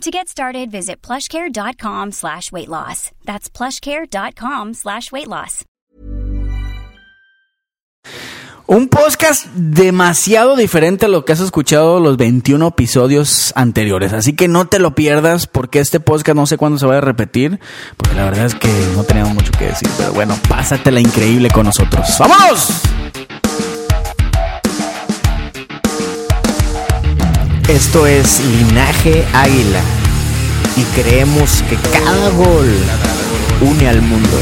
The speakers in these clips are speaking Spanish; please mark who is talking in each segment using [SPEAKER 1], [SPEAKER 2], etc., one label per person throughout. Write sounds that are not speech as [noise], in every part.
[SPEAKER 1] To get started, visit plushcare.com slash weight loss. That's plushcare.com slash weight loss.
[SPEAKER 2] Un podcast demasiado diferente a lo que has escuchado los 21 episodios anteriores. Así que no te lo pierdas porque este podcast no sé cuándo se va a repetir. Porque la verdad es que no teníamos mucho que decir. Pero bueno, pásatela increíble con nosotros. ¡Vámonos!
[SPEAKER 3] Esto es Linaje Águila y creemos que cada gol une al mundo.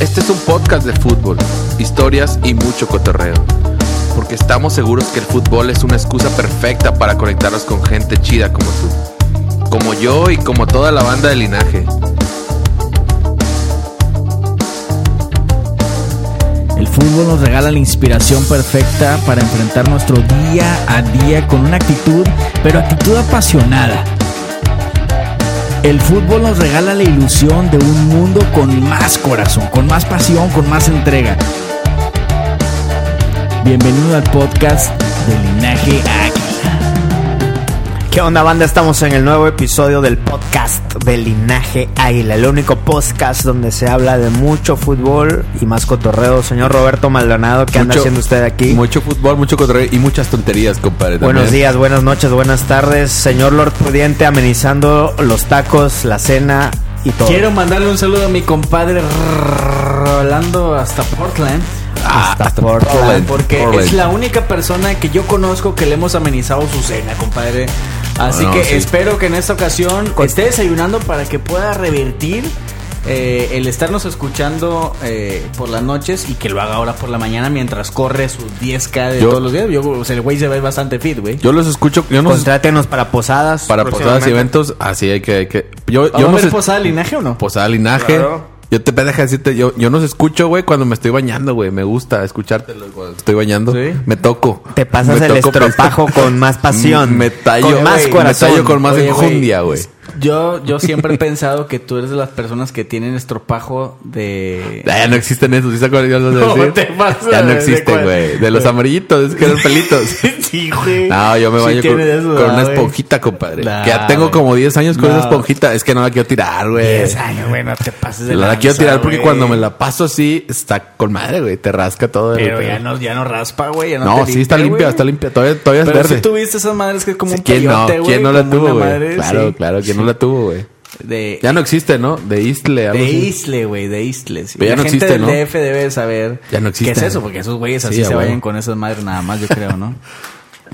[SPEAKER 4] Este es un podcast de fútbol, historias y mucho cotorreo. Porque estamos seguros que el fútbol es una excusa perfecta para conectarnos con gente chida como tú. Como yo y como toda la banda de linaje.
[SPEAKER 2] El fútbol nos regala la inspiración perfecta para enfrentar nuestro día a día con una actitud, pero actitud apasionada. El fútbol nos regala la ilusión de un mundo con más corazón, con más pasión, con más entrega. Bienvenido al podcast de Linaje Águila.
[SPEAKER 3] ¿Qué onda banda? Estamos en el nuevo episodio del podcast de Linaje Águila, el único podcast donde se habla de mucho fútbol y más cotorreo. Señor Roberto Maldonado, ¿qué anda
[SPEAKER 4] Mucho-
[SPEAKER 3] haciendo usted aquí?
[SPEAKER 4] Mucho fútbol, mucho cotorreo y muchas tonterías, compadre. también.
[SPEAKER 3] Buenos días, buenas noches, buenas tardes. Señor Lord Pudiente amenizando los tacos, la cena y todo.
[SPEAKER 2] Quiero mandarle un saludo a mi compadre Rolando hasta Portland.
[SPEAKER 4] Ah,
[SPEAKER 3] Hasta
[SPEAKER 4] hasta
[SPEAKER 3] por-
[SPEAKER 4] Portland,
[SPEAKER 2] Porque
[SPEAKER 4] Portland.
[SPEAKER 2] es la única persona que yo conozco que le hemos amenizado su cena, compadre. Así
[SPEAKER 4] No,
[SPEAKER 2] que
[SPEAKER 4] sí.
[SPEAKER 2] espero que en esta ocasión esté desayunando para que pueda revertir eh, el estarnos escuchando eh, por las noches y que lo haga ahora por la mañana mientras corre sus 10K de
[SPEAKER 4] Yo-
[SPEAKER 2] todos los días. Yo, o sea, el güey se ve bastante fit, güey.
[SPEAKER 4] Yo los escucho, yo no
[SPEAKER 3] Contrátenos para posadas.
[SPEAKER 4] para posadas y
[SPEAKER 3] próximamente.
[SPEAKER 4] eventos, así hay que, hay que- yo,
[SPEAKER 2] ¿Vamos
[SPEAKER 4] yo
[SPEAKER 2] a
[SPEAKER 4] no
[SPEAKER 2] ver
[SPEAKER 4] sé-
[SPEAKER 2] posada de linaje o no?
[SPEAKER 4] posada linaje.
[SPEAKER 3] Claro.
[SPEAKER 4] Yo te deja decirte, yo, yo nos escucho, güey, cuando me estoy bañando, güey. Me gusta escuchártelo cuando estoy bañando.
[SPEAKER 2] Sí.
[SPEAKER 4] Me toco.
[SPEAKER 3] Te pasas
[SPEAKER 4] Me
[SPEAKER 3] el
[SPEAKER 4] toco, pues.
[SPEAKER 3] estropajo con
[SPEAKER 4] [laughs]
[SPEAKER 3] más pasión.
[SPEAKER 4] Me tallo,
[SPEAKER 3] Con más
[SPEAKER 4] güey,
[SPEAKER 3] corazón.
[SPEAKER 4] Me tallo con más
[SPEAKER 2] Oye,
[SPEAKER 4] enjundia, güey.
[SPEAKER 2] Yo, yo siempre he pensado que tú eres de las personas que tienen estropajo
[SPEAKER 4] [laughs]
[SPEAKER 2] de...
[SPEAKER 4] Ah, Ya, ya no existen esos, ¿sí se acuerdan? Ya
[SPEAKER 2] [laughs]
[SPEAKER 4] los
[SPEAKER 2] No,
[SPEAKER 4] decía.
[SPEAKER 2] te pasas,
[SPEAKER 4] Ya no
[SPEAKER 2] güey,
[SPEAKER 4] existen,
[SPEAKER 2] ¿de cuál?
[SPEAKER 4] güey. De los amarillitos, es que eran pelitos.
[SPEAKER 2] [laughs] sí, güey.
[SPEAKER 4] No, yo me
[SPEAKER 2] Sí
[SPEAKER 4] baño con,
[SPEAKER 2] tienes eso,
[SPEAKER 4] con una
[SPEAKER 2] ¿verdad, güey?
[SPEAKER 4] esponjita, compadre.
[SPEAKER 2] Nah,
[SPEAKER 4] que ya tengo
[SPEAKER 2] güey.
[SPEAKER 4] como 10 años con
[SPEAKER 2] No.
[SPEAKER 4] esa esponjita. Es que no la quiero
[SPEAKER 2] [laughs]
[SPEAKER 4] tirar, güey.
[SPEAKER 2] 10 años, güey, no te pases de
[SPEAKER 4] Eh, La, la quiero
[SPEAKER 2] lanza,
[SPEAKER 4] tirar porque
[SPEAKER 2] güey.
[SPEAKER 4] cuando me la paso así, está con madre, güey. Te rasca todo. el-
[SPEAKER 2] Pero ya no, ya no raspa, güey. ya
[SPEAKER 4] No,
[SPEAKER 2] te
[SPEAKER 4] sí, está
[SPEAKER 2] limpia,
[SPEAKER 4] limpia,
[SPEAKER 2] güey.
[SPEAKER 4] está limpia. Todavía, todavía es
[SPEAKER 2] Pero
[SPEAKER 4] verde.
[SPEAKER 2] si tuviste esas madres que es como
[SPEAKER 4] Sí,
[SPEAKER 2] un
[SPEAKER 4] ¿Quién no?
[SPEAKER 2] peyote, güey.
[SPEAKER 4] ¿Quién no la
[SPEAKER 2] como una
[SPEAKER 4] tuvo, güey?
[SPEAKER 2] madre,
[SPEAKER 4] Claro,
[SPEAKER 2] sí.
[SPEAKER 4] claro, ¿quién no la tuvo, güey?
[SPEAKER 2] De,
[SPEAKER 4] Ya no existe, ¿no? De Isle, algo
[SPEAKER 2] de
[SPEAKER 4] así.
[SPEAKER 2] Isle, güey, de Isle. sí.
[SPEAKER 4] Pero
[SPEAKER 2] la
[SPEAKER 4] ya no
[SPEAKER 2] gente
[SPEAKER 4] existe,
[SPEAKER 2] del
[SPEAKER 4] ¿no?
[SPEAKER 2] DF debe saber.
[SPEAKER 4] Ya no existe.
[SPEAKER 2] ¿Qué es eso? Porque esos güeyes así
[SPEAKER 4] Sí, a
[SPEAKER 2] se
[SPEAKER 4] huevo.
[SPEAKER 2] vayan con esas madres nada más, yo creo,
[SPEAKER 4] [laughs]
[SPEAKER 2] ¿no?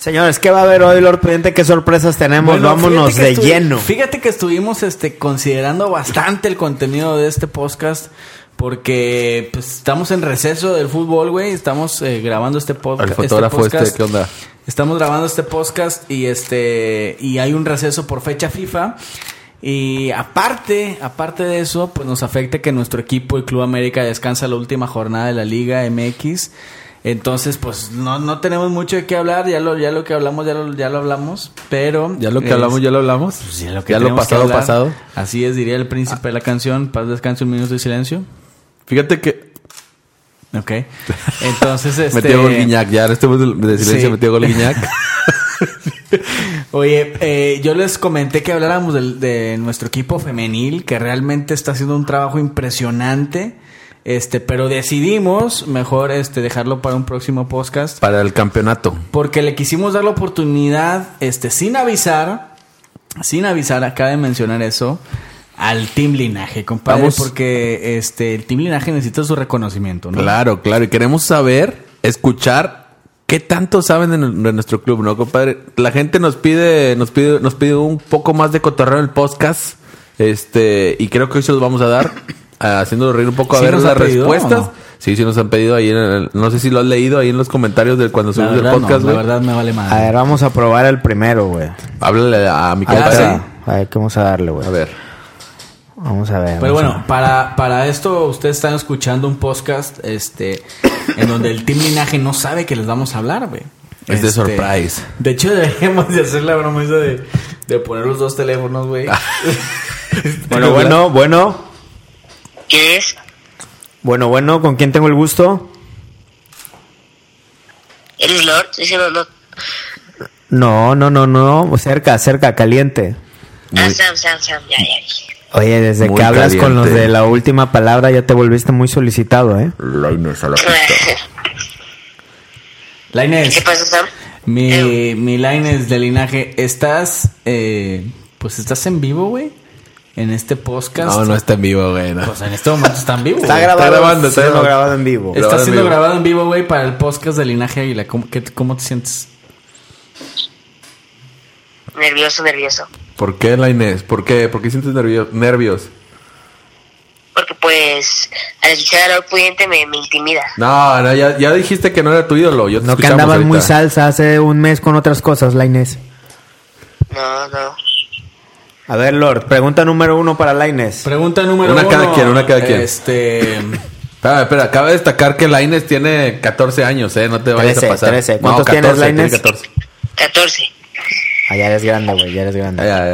[SPEAKER 3] Señores, ¿qué va a haber hoy, Lord Pudiente? ¿Qué sorpresas tenemos?
[SPEAKER 2] Bueno,
[SPEAKER 3] Vámonos
[SPEAKER 2] fíjate
[SPEAKER 3] de
[SPEAKER 2] que estu-
[SPEAKER 3] lleno.
[SPEAKER 2] Fíjate que estuvimos este, considerando bastante el contenido de este podcast. Porque pues, estamos en receso del fútbol, güey. Estamos eh, grabando este, podca-
[SPEAKER 4] El
[SPEAKER 2] este
[SPEAKER 4] fotógrafo este,
[SPEAKER 2] podcast.
[SPEAKER 4] ¿qué onda?
[SPEAKER 2] Estamos grabando este podcast y este y hay un receso por fecha FIFA. Y aparte, aparte de eso, pues nos afecta que nuestro equipo, el Club América, descansa la última jornada de la Liga MX. Entonces, pues no, no tenemos mucho de qué hablar, ya lo, ya lo que hablamos, ya lo, ya lo hablamos, pero...
[SPEAKER 4] Ya lo que hablamos,
[SPEAKER 2] es-
[SPEAKER 4] ya lo hablamos.
[SPEAKER 2] pues, ya lo, que
[SPEAKER 4] ya lo
[SPEAKER 2] tenemos que
[SPEAKER 4] pasado,
[SPEAKER 2] hablar.
[SPEAKER 4] pasado.
[SPEAKER 2] Así es, diría el príncipe de la canción, paz, descanso, un minuto de silencio.
[SPEAKER 4] Fíjate que
[SPEAKER 2] Ok. Entonces, este...
[SPEAKER 4] [laughs] metió gol Guiñac. Ya en este momento de silencio
[SPEAKER 2] Sí.
[SPEAKER 4] metió
[SPEAKER 2] [laughs]
[SPEAKER 4] gol Guiñac.
[SPEAKER 2] Oye, eh, yo les comenté que habláramos del- de, nuestro equipo femenil, que realmente está haciendo un trabajo impresionante. Este, pero decidimos mejor este dejarlo para un próximo podcast.
[SPEAKER 4] para el campeonato.
[SPEAKER 2] Porque le quisimos dar la oportunidad, este, sin avisar, sin avisar, acaba de mencionar eso, al Team Linaje, compadre.
[SPEAKER 4] Vamos.
[SPEAKER 2] Porque este, el Team Linaje necesita su reconocimiento, ¿no?
[SPEAKER 4] Claro, claro. Y queremos saber, escuchar qué tanto saben de, nu- de nuestro club, ¿no, compadre? La gente nos pide, nos pide, nos pide un poco más de cotorreo en el podcast. Este, y creo que hoy se los vamos a dar. [coughs] ah, haciéndolo reír un poco a
[SPEAKER 2] ¿Sí
[SPEAKER 4] ver
[SPEAKER 2] nos ha
[SPEAKER 4] las
[SPEAKER 2] pedido o
[SPEAKER 4] respuestas.
[SPEAKER 2] no?
[SPEAKER 4] Sí, sí nos han pedido ahí en el- no sé si lo has leído ahí en los comentarios de cuando
[SPEAKER 2] La
[SPEAKER 4] subimos el
[SPEAKER 2] verdad,
[SPEAKER 4] podcast,
[SPEAKER 2] no, la
[SPEAKER 4] güey.
[SPEAKER 2] verdad me vale
[SPEAKER 3] A
[SPEAKER 2] madre.
[SPEAKER 3] ver, vamos a probar el primero, güey.
[SPEAKER 4] Háblale a mi
[SPEAKER 3] Ahí
[SPEAKER 2] Ah,
[SPEAKER 4] compadre.
[SPEAKER 3] está. A ver, ¿qué vamos a darle, güey?
[SPEAKER 4] A ver.
[SPEAKER 3] Vamos a ver.
[SPEAKER 2] Pero
[SPEAKER 3] vamos
[SPEAKER 2] bueno, para, para esto ustedes están escuchando un podcast este en donde el Team Linaje no sabe que les vamos a hablar, güey.
[SPEAKER 4] Es de
[SPEAKER 2] Este,
[SPEAKER 4] surprise.
[SPEAKER 2] De hecho, [laughs] deberíamos de hacer la broma esa de, de poner los dos teléfonos, güey.
[SPEAKER 4] Ah.
[SPEAKER 3] a- Bueno, bueno, bueno.
[SPEAKER 5] ¿Qué es?
[SPEAKER 3] Bueno, bueno, ¿con quién tengo el gusto?
[SPEAKER 5] ¿Eres Lord? Dice, no, no.
[SPEAKER 3] No, no, no, no. Cerca, cerca, caliente.
[SPEAKER 5] Ah,
[SPEAKER 4] Muy-
[SPEAKER 5] Sam, Sam, Sam, ya, ya. ya.
[SPEAKER 3] Oye, desde
[SPEAKER 4] Muy
[SPEAKER 3] que hablas con los
[SPEAKER 4] caliente.
[SPEAKER 3] de la última palabra ya te volviste muy solicitado, ¿eh?
[SPEAKER 4] La Inés a la pista.
[SPEAKER 2] La
[SPEAKER 5] [laughs]
[SPEAKER 2] Inés,
[SPEAKER 5] ¿Qué pasa, Sam?
[SPEAKER 2] mi, mi la Inés de Linaje, estás, eh, pues estás en vivo, güey, en este podcast.
[SPEAKER 4] No, no está en vivo, güey. no.
[SPEAKER 2] Pues en este momento están vivos.
[SPEAKER 3] Está
[SPEAKER 2] güey.
[SPEAKER 3] grabado,
[SPEAKER 4] grabando, está
[SPEAKER 3] está grabando,
[SPEAKER 4] grabando.
[SPEAKER 3] en vivo.
[SPEAKER 4] grabado
[SPEAKER 2] Está
[SPEAKER 4] en
[SPEAKER 2] siendo
[SPEAKER 4] vivo.
[SPEAKER 2] grabado en vivo, güey, para el podcast de Linaje Águila. ¿Cómo, qué- ¿Cómo te sientes?
[SPEAKER 5] Nervioso, nervioso.
[SPEAKER 4] ¿Por qué la Inés? ¿Por qué? ¿Por qué sientes nervio- nervios?
[SPEAKER 5] Porque, pues, al escuchar a Lord Pudiente me, me intimida.
[SPEAKER 4] No, no, ya, ya dijiste que no era tu ídolo. Yo te
[SPEAKER 3] No que
[SPEAKER 4] escuchamos
[SPEAKER 3] andaban muy
[SPEAKER 4] ahorita.
[SPEAKER 3] salsa hace un mes con otras cosas, la Inés.
[SPEAKER 5] No, no.
[SPEAKER 3] A ver, Lord, pregunta número uno para la Inés.
[SPEAKER 2] Pregunta número
[SPEAKER 4] Una
[SPEAKER 2] uno.
[SPEAKER 4] cada quien, una cada quien.
[SPEAKER 2] Este.
[SPEAKER 4] Espera, espera, cabe destacar que la Inés tiene 14 años, ¿eh? No te vayas
[SPEAKER 3] Trece,
[SPEAKER 4] a pasar.
[SPEAKER 3] trece.
[SPEAKER 4] No,
[SPEAKER 3] ¿Cuántos tienes, la Inés?
[SPEAKER 4] 14.
[SPEAKER 5] 14.
[SPEAKER 3] Ah, ya eres grande, güey, ya eres
[SPEAKER 4] Ya,
[SPEAKER 3] grande.
[SPEAKER 4] ya,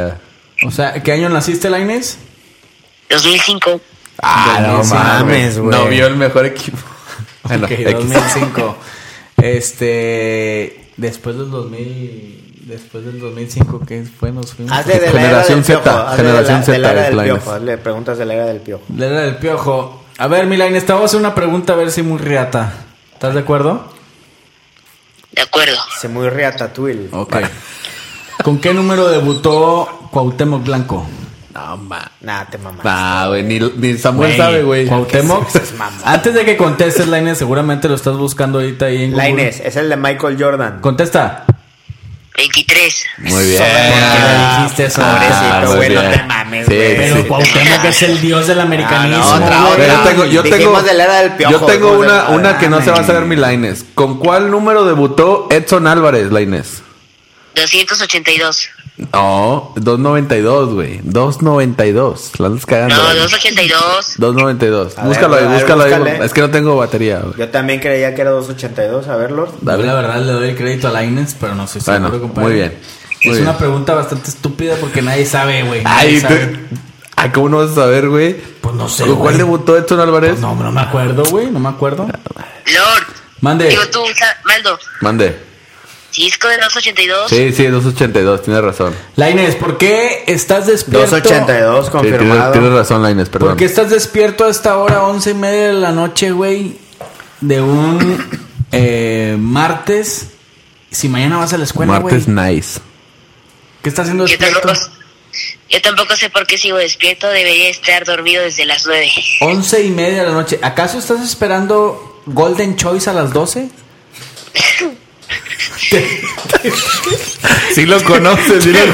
[SPEAKER 4] ya.
[SPEAKER 2] O sea, ¿qué año naciste, la Inés?
[SPEAKER 5] 2005.
[SPEAKER 4] Ah, no
[SPEAKER 2] 2005,
[SPEAKER 4] mames,
[SPEAKER 3] güey.
[SPEAKER 4] güey. No vio el mejor equipo. Bueno,
[SPEAKER 2] Ok,
[SPEAKER 4] Ah, X.
[SPEAKER 2] 2005. este. Después del 2000. Después del 2005, ¿qué fue? Nos fuimos.
[SPEAKER 3] Hazle de la era
[SPEAKER 4] Generación
[SPEAKER 3] del
[SPEAKER 4] Z,
[SPEAKER 3] piojo, hazle de
[SPEAKER 4] generación
[SPEAKER 3] la, de la
[SPEAKER 4] Z
[SPEAKER 3] era
[SPEAKER 4] es
[SPEAKER 3] del
[SPEAKER 4] la
[SPEAKER 3] piojo,
[SPEAKER 4] Inés.
[SPEAKER 3] hazle preguntas de la era del piojo.
[SPEAKER 2] La era del piojo. A ver, mi la Inés, te voy a hacer una pregunta a ver si muy riata. ¿Estás de acuerdo?
[SPEAKER 5] De acuerdo.
[SPEAKER 3] Se muy riatatouille.
[SPEAKER 2] Ok. ¿Con qué número debutó Cuauhtémoc Blanco?
[SPEAKER 4] No, ma.
[SPEAKER 3] Nah, te mamás.
[SPEAKER 4] Nah, güey, ni, ni Samuel
[SPEAKER 2] Güey,
[SPEAKER 4] sabe, güey.
[SPEAKER 2] Cuauhtémoc.
[SPEAKER 3] seas mamón.
[SPEAKER 2] Antes de que contestes, la Inés, seguramente lo estás buscando ahorita ahí en
[SPEAKER 3] La
[SPEAKER 2] Google.
[SPEAKER 3] Inés, es el de Michael Jordan.
[SPEAKER 2] Contesta.
[SPEAKER 5] 23.
[SPEAKER 4] Muy bien.
[SPEAKER 2] Ah, dijiste eso?
[SPEAKER 4] Ah,
[SPEAKER 3] Pobrecito,
[SPEAKER 4] muy
[SPEAKER 3] güey, no
[SPEAKER 4] bien.
[SPEAKER 3] te mames,
[SPEAKER 4] Sí,
[SPEAKER 3] güey.
[SPEAKER 4] sí.
[SPEAKER 2] Pero Cuauhtémoc es el dios del americanismo.
[SPEAKER 3] Ah, no, otra,
[SPEAKER 2] güey.
[SPEAKER 3] otra.
[SPEAKER 4] Pero yo tengo, yo
[SPEAKER 3] Dijimos
[SPEAKER 4] tengo,
[SPEAKER 3] de la era del piojo,
[SPEAKER 4] yo tengo
[SPEAKER 3] hijos de
[SPEAKER 4] una,
[SPEAKER 3] madre.
[SPEAKER 4] una que no se va a saber mi Laines. ¿Con cuál número debutó Edson Álvarez, Laines?
[SPEAKER 5] 282.
[SPEAKER 4] No, 292, güey. 292. La andas cagando.
[SPEAKER 5] No,
[SPEAKER 4] güey.
[SPEAKER 5] 282.
[SPEAKER 4] 292.
[SPEAKER 3] A
[SPEAKER 4] Búscalo
[SPEAKER 3] ver,
[SPEAKER 4] ahí,
[SPEAKER 3] a ver,
[SPEAKER 4] búscalo ahí.
[SPEAKER 3] búscale.
[SPEAKER 4] Es que no tengo batería, güey.
[SPEAKER 3] Yo también creía que era 282, a ver, Lord.
[SPEAKER 2] Yo la verdad le doy el crédito a la Inés, pero no soy
[SPEAKER 4] Bueno,
[SPEAKER 2] seguro, compadre.
[SPEAKER 4] muy bien, muy
[SPEAKER 2] es
[SPEAKER 4] bien.
[SPEAKER 2] una pregunta bastante estúpida porque nadie sabe, güey. nadie
[SPEAKER 4] Ay,
[SPEAKER 2] sabe.
[SPEAKER 4] te- Ay, ¿cómo no vas a saber, güey?
[SPEAKER 2] Pues no sé,
[SPEAKER 4] ¿Con cuál
[SPEAKER 2] güey.
[SPEAKER 4] debutó Edson Álvarez?
[SPEAKER 2] No, no me acuerdo, güey. No me acuerdo.
[SPEAKER 5] Lord.
[SPEAKER 2] Mande.
[SPEAKER 5] Digo tú, Sa- Maldo.
[SPEAKER 4] Mande.
[SPEAKER 5] Si es con el 282.
[SPEAKER 4] Sí, sí, 282, tienes razón.
[SPEAKER 2] La Inés, ¿por qué estás despierto?
[SPEAKER 3] 282,
[SPEAKER 4] Sí, tienes,
[SPEAKER 3] confirmado.
[SPEAKER 4] tienes razón, Laines, eh, perdón.
[SPEAKER 2] ¿Por qué estás despierto a esta hora, once y media de la noche, güey? De un eh, martes. Si mañana vas a la escuela, güey.
[SPEAKER 4] Martes nice.
[SPEAKER 2] ¿Qué estás haciendo
[SPEAKER 5] Yo
[SPEAKER 2] despierto?
[SPEAKER 5] tampoco, yo tampoco sé por qué sigo despierto. Debería estar dormido desde las 9.
[SPEAKER 2] Once y media de la noche. ¿Acaso estás esperando Golden Choice a las 12?
[SPEAKER 4] Sí lo conoces, sí [laughs] lo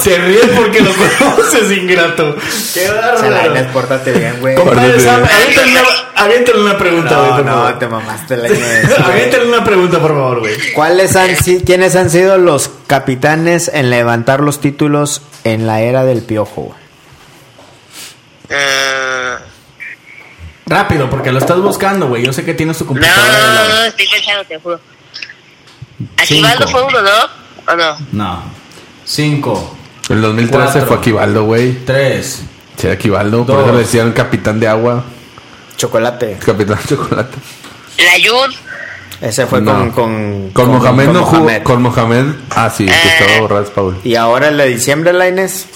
[SPEAKER 2] [laughs] Se ríe porque [laughs] lo conoces, ingrato.
[SPEAKER 3] Qué bárbaro. La Inés, pórtate bien, güey.
[SPEAKER 2] Compadre
[SPEAKER 4] Pórtate
[SPEAKER 2] Sam,
[SPEAKER 4] bien.
[SPEAKER 2] aviéntale una- aviéntale una pregunta,
[SPEAKER 3] pues.
[SPEAKER 2] güey,
[SPEAKER 3] No,
[SPEAKER 2] por
[SPEAKER 3] no,
[SPEAKER 2] favor.
[SPEAKER 3] te mamaste la
[SPEAKER 2] [laughs]
[SPEAKER 3] este. Inés. güey.
[SPEAKER 2] Aviéntale una pregunta, por favor, güey.
[SPEAKER 3] ¿Cuáles han sido, quiénes han sido los capitanes en levantar los títulos en la era del piojo? güey?
[SPEAKER 5] Ah,
[SPEAKER 2] Rápido, porque lo estás buscando, güey. Yo sé que tienes tu
[SPEAKER 5] no, no,
[SPEAKER 2] computadora
[SPEAKER 5] no,
[SPEAKER 2] de
[SPEAKER 5] no, no,
[SPEAKER 2] lado.
[SPEAKER 5] estoy pensando, te juro.
[SPEAKER 2] Cinco.
[SPEAKER 5] Aquivaldo fue uno, ¿no? ¿O no?
[SPEAKER 2] No. Cinco,
[SPEAKER 4] El 2013
[SPEAKER 2] Cuatro.
[SPEAKER 4] fue Aquivaldo, güey.
[SPEAKER 2] tres,
[SPEAKER 4] Sí, era Aquivaldo, por eso
[SPEAKER 2] Dos.
[SPEAKER 4] le decían capitán de agua, [laughs]
[SPEAKER 3] Chocolate.
[SPEAKER 4] capitán de chocolate.
[SPEAKER 5] La Yun.
[SPEAKER 3] Ese fue
[SPEAKER 4] No.
[SPEAKER 3] con, con,
[SPEAKER 4] Con, Mohamed
[SPEAKER 3] con
[SPEAKER 4] no jugó,
[SPEAKER 3] Mohamed.
[SPEAKER 4] con Mohamed, ah
[SPEAKER 5] Eh.
[SPEAKER 4] sí, que estaba borrado, Paul.
[SPEAKER 3] Y ahora el de diciembre, la Inés.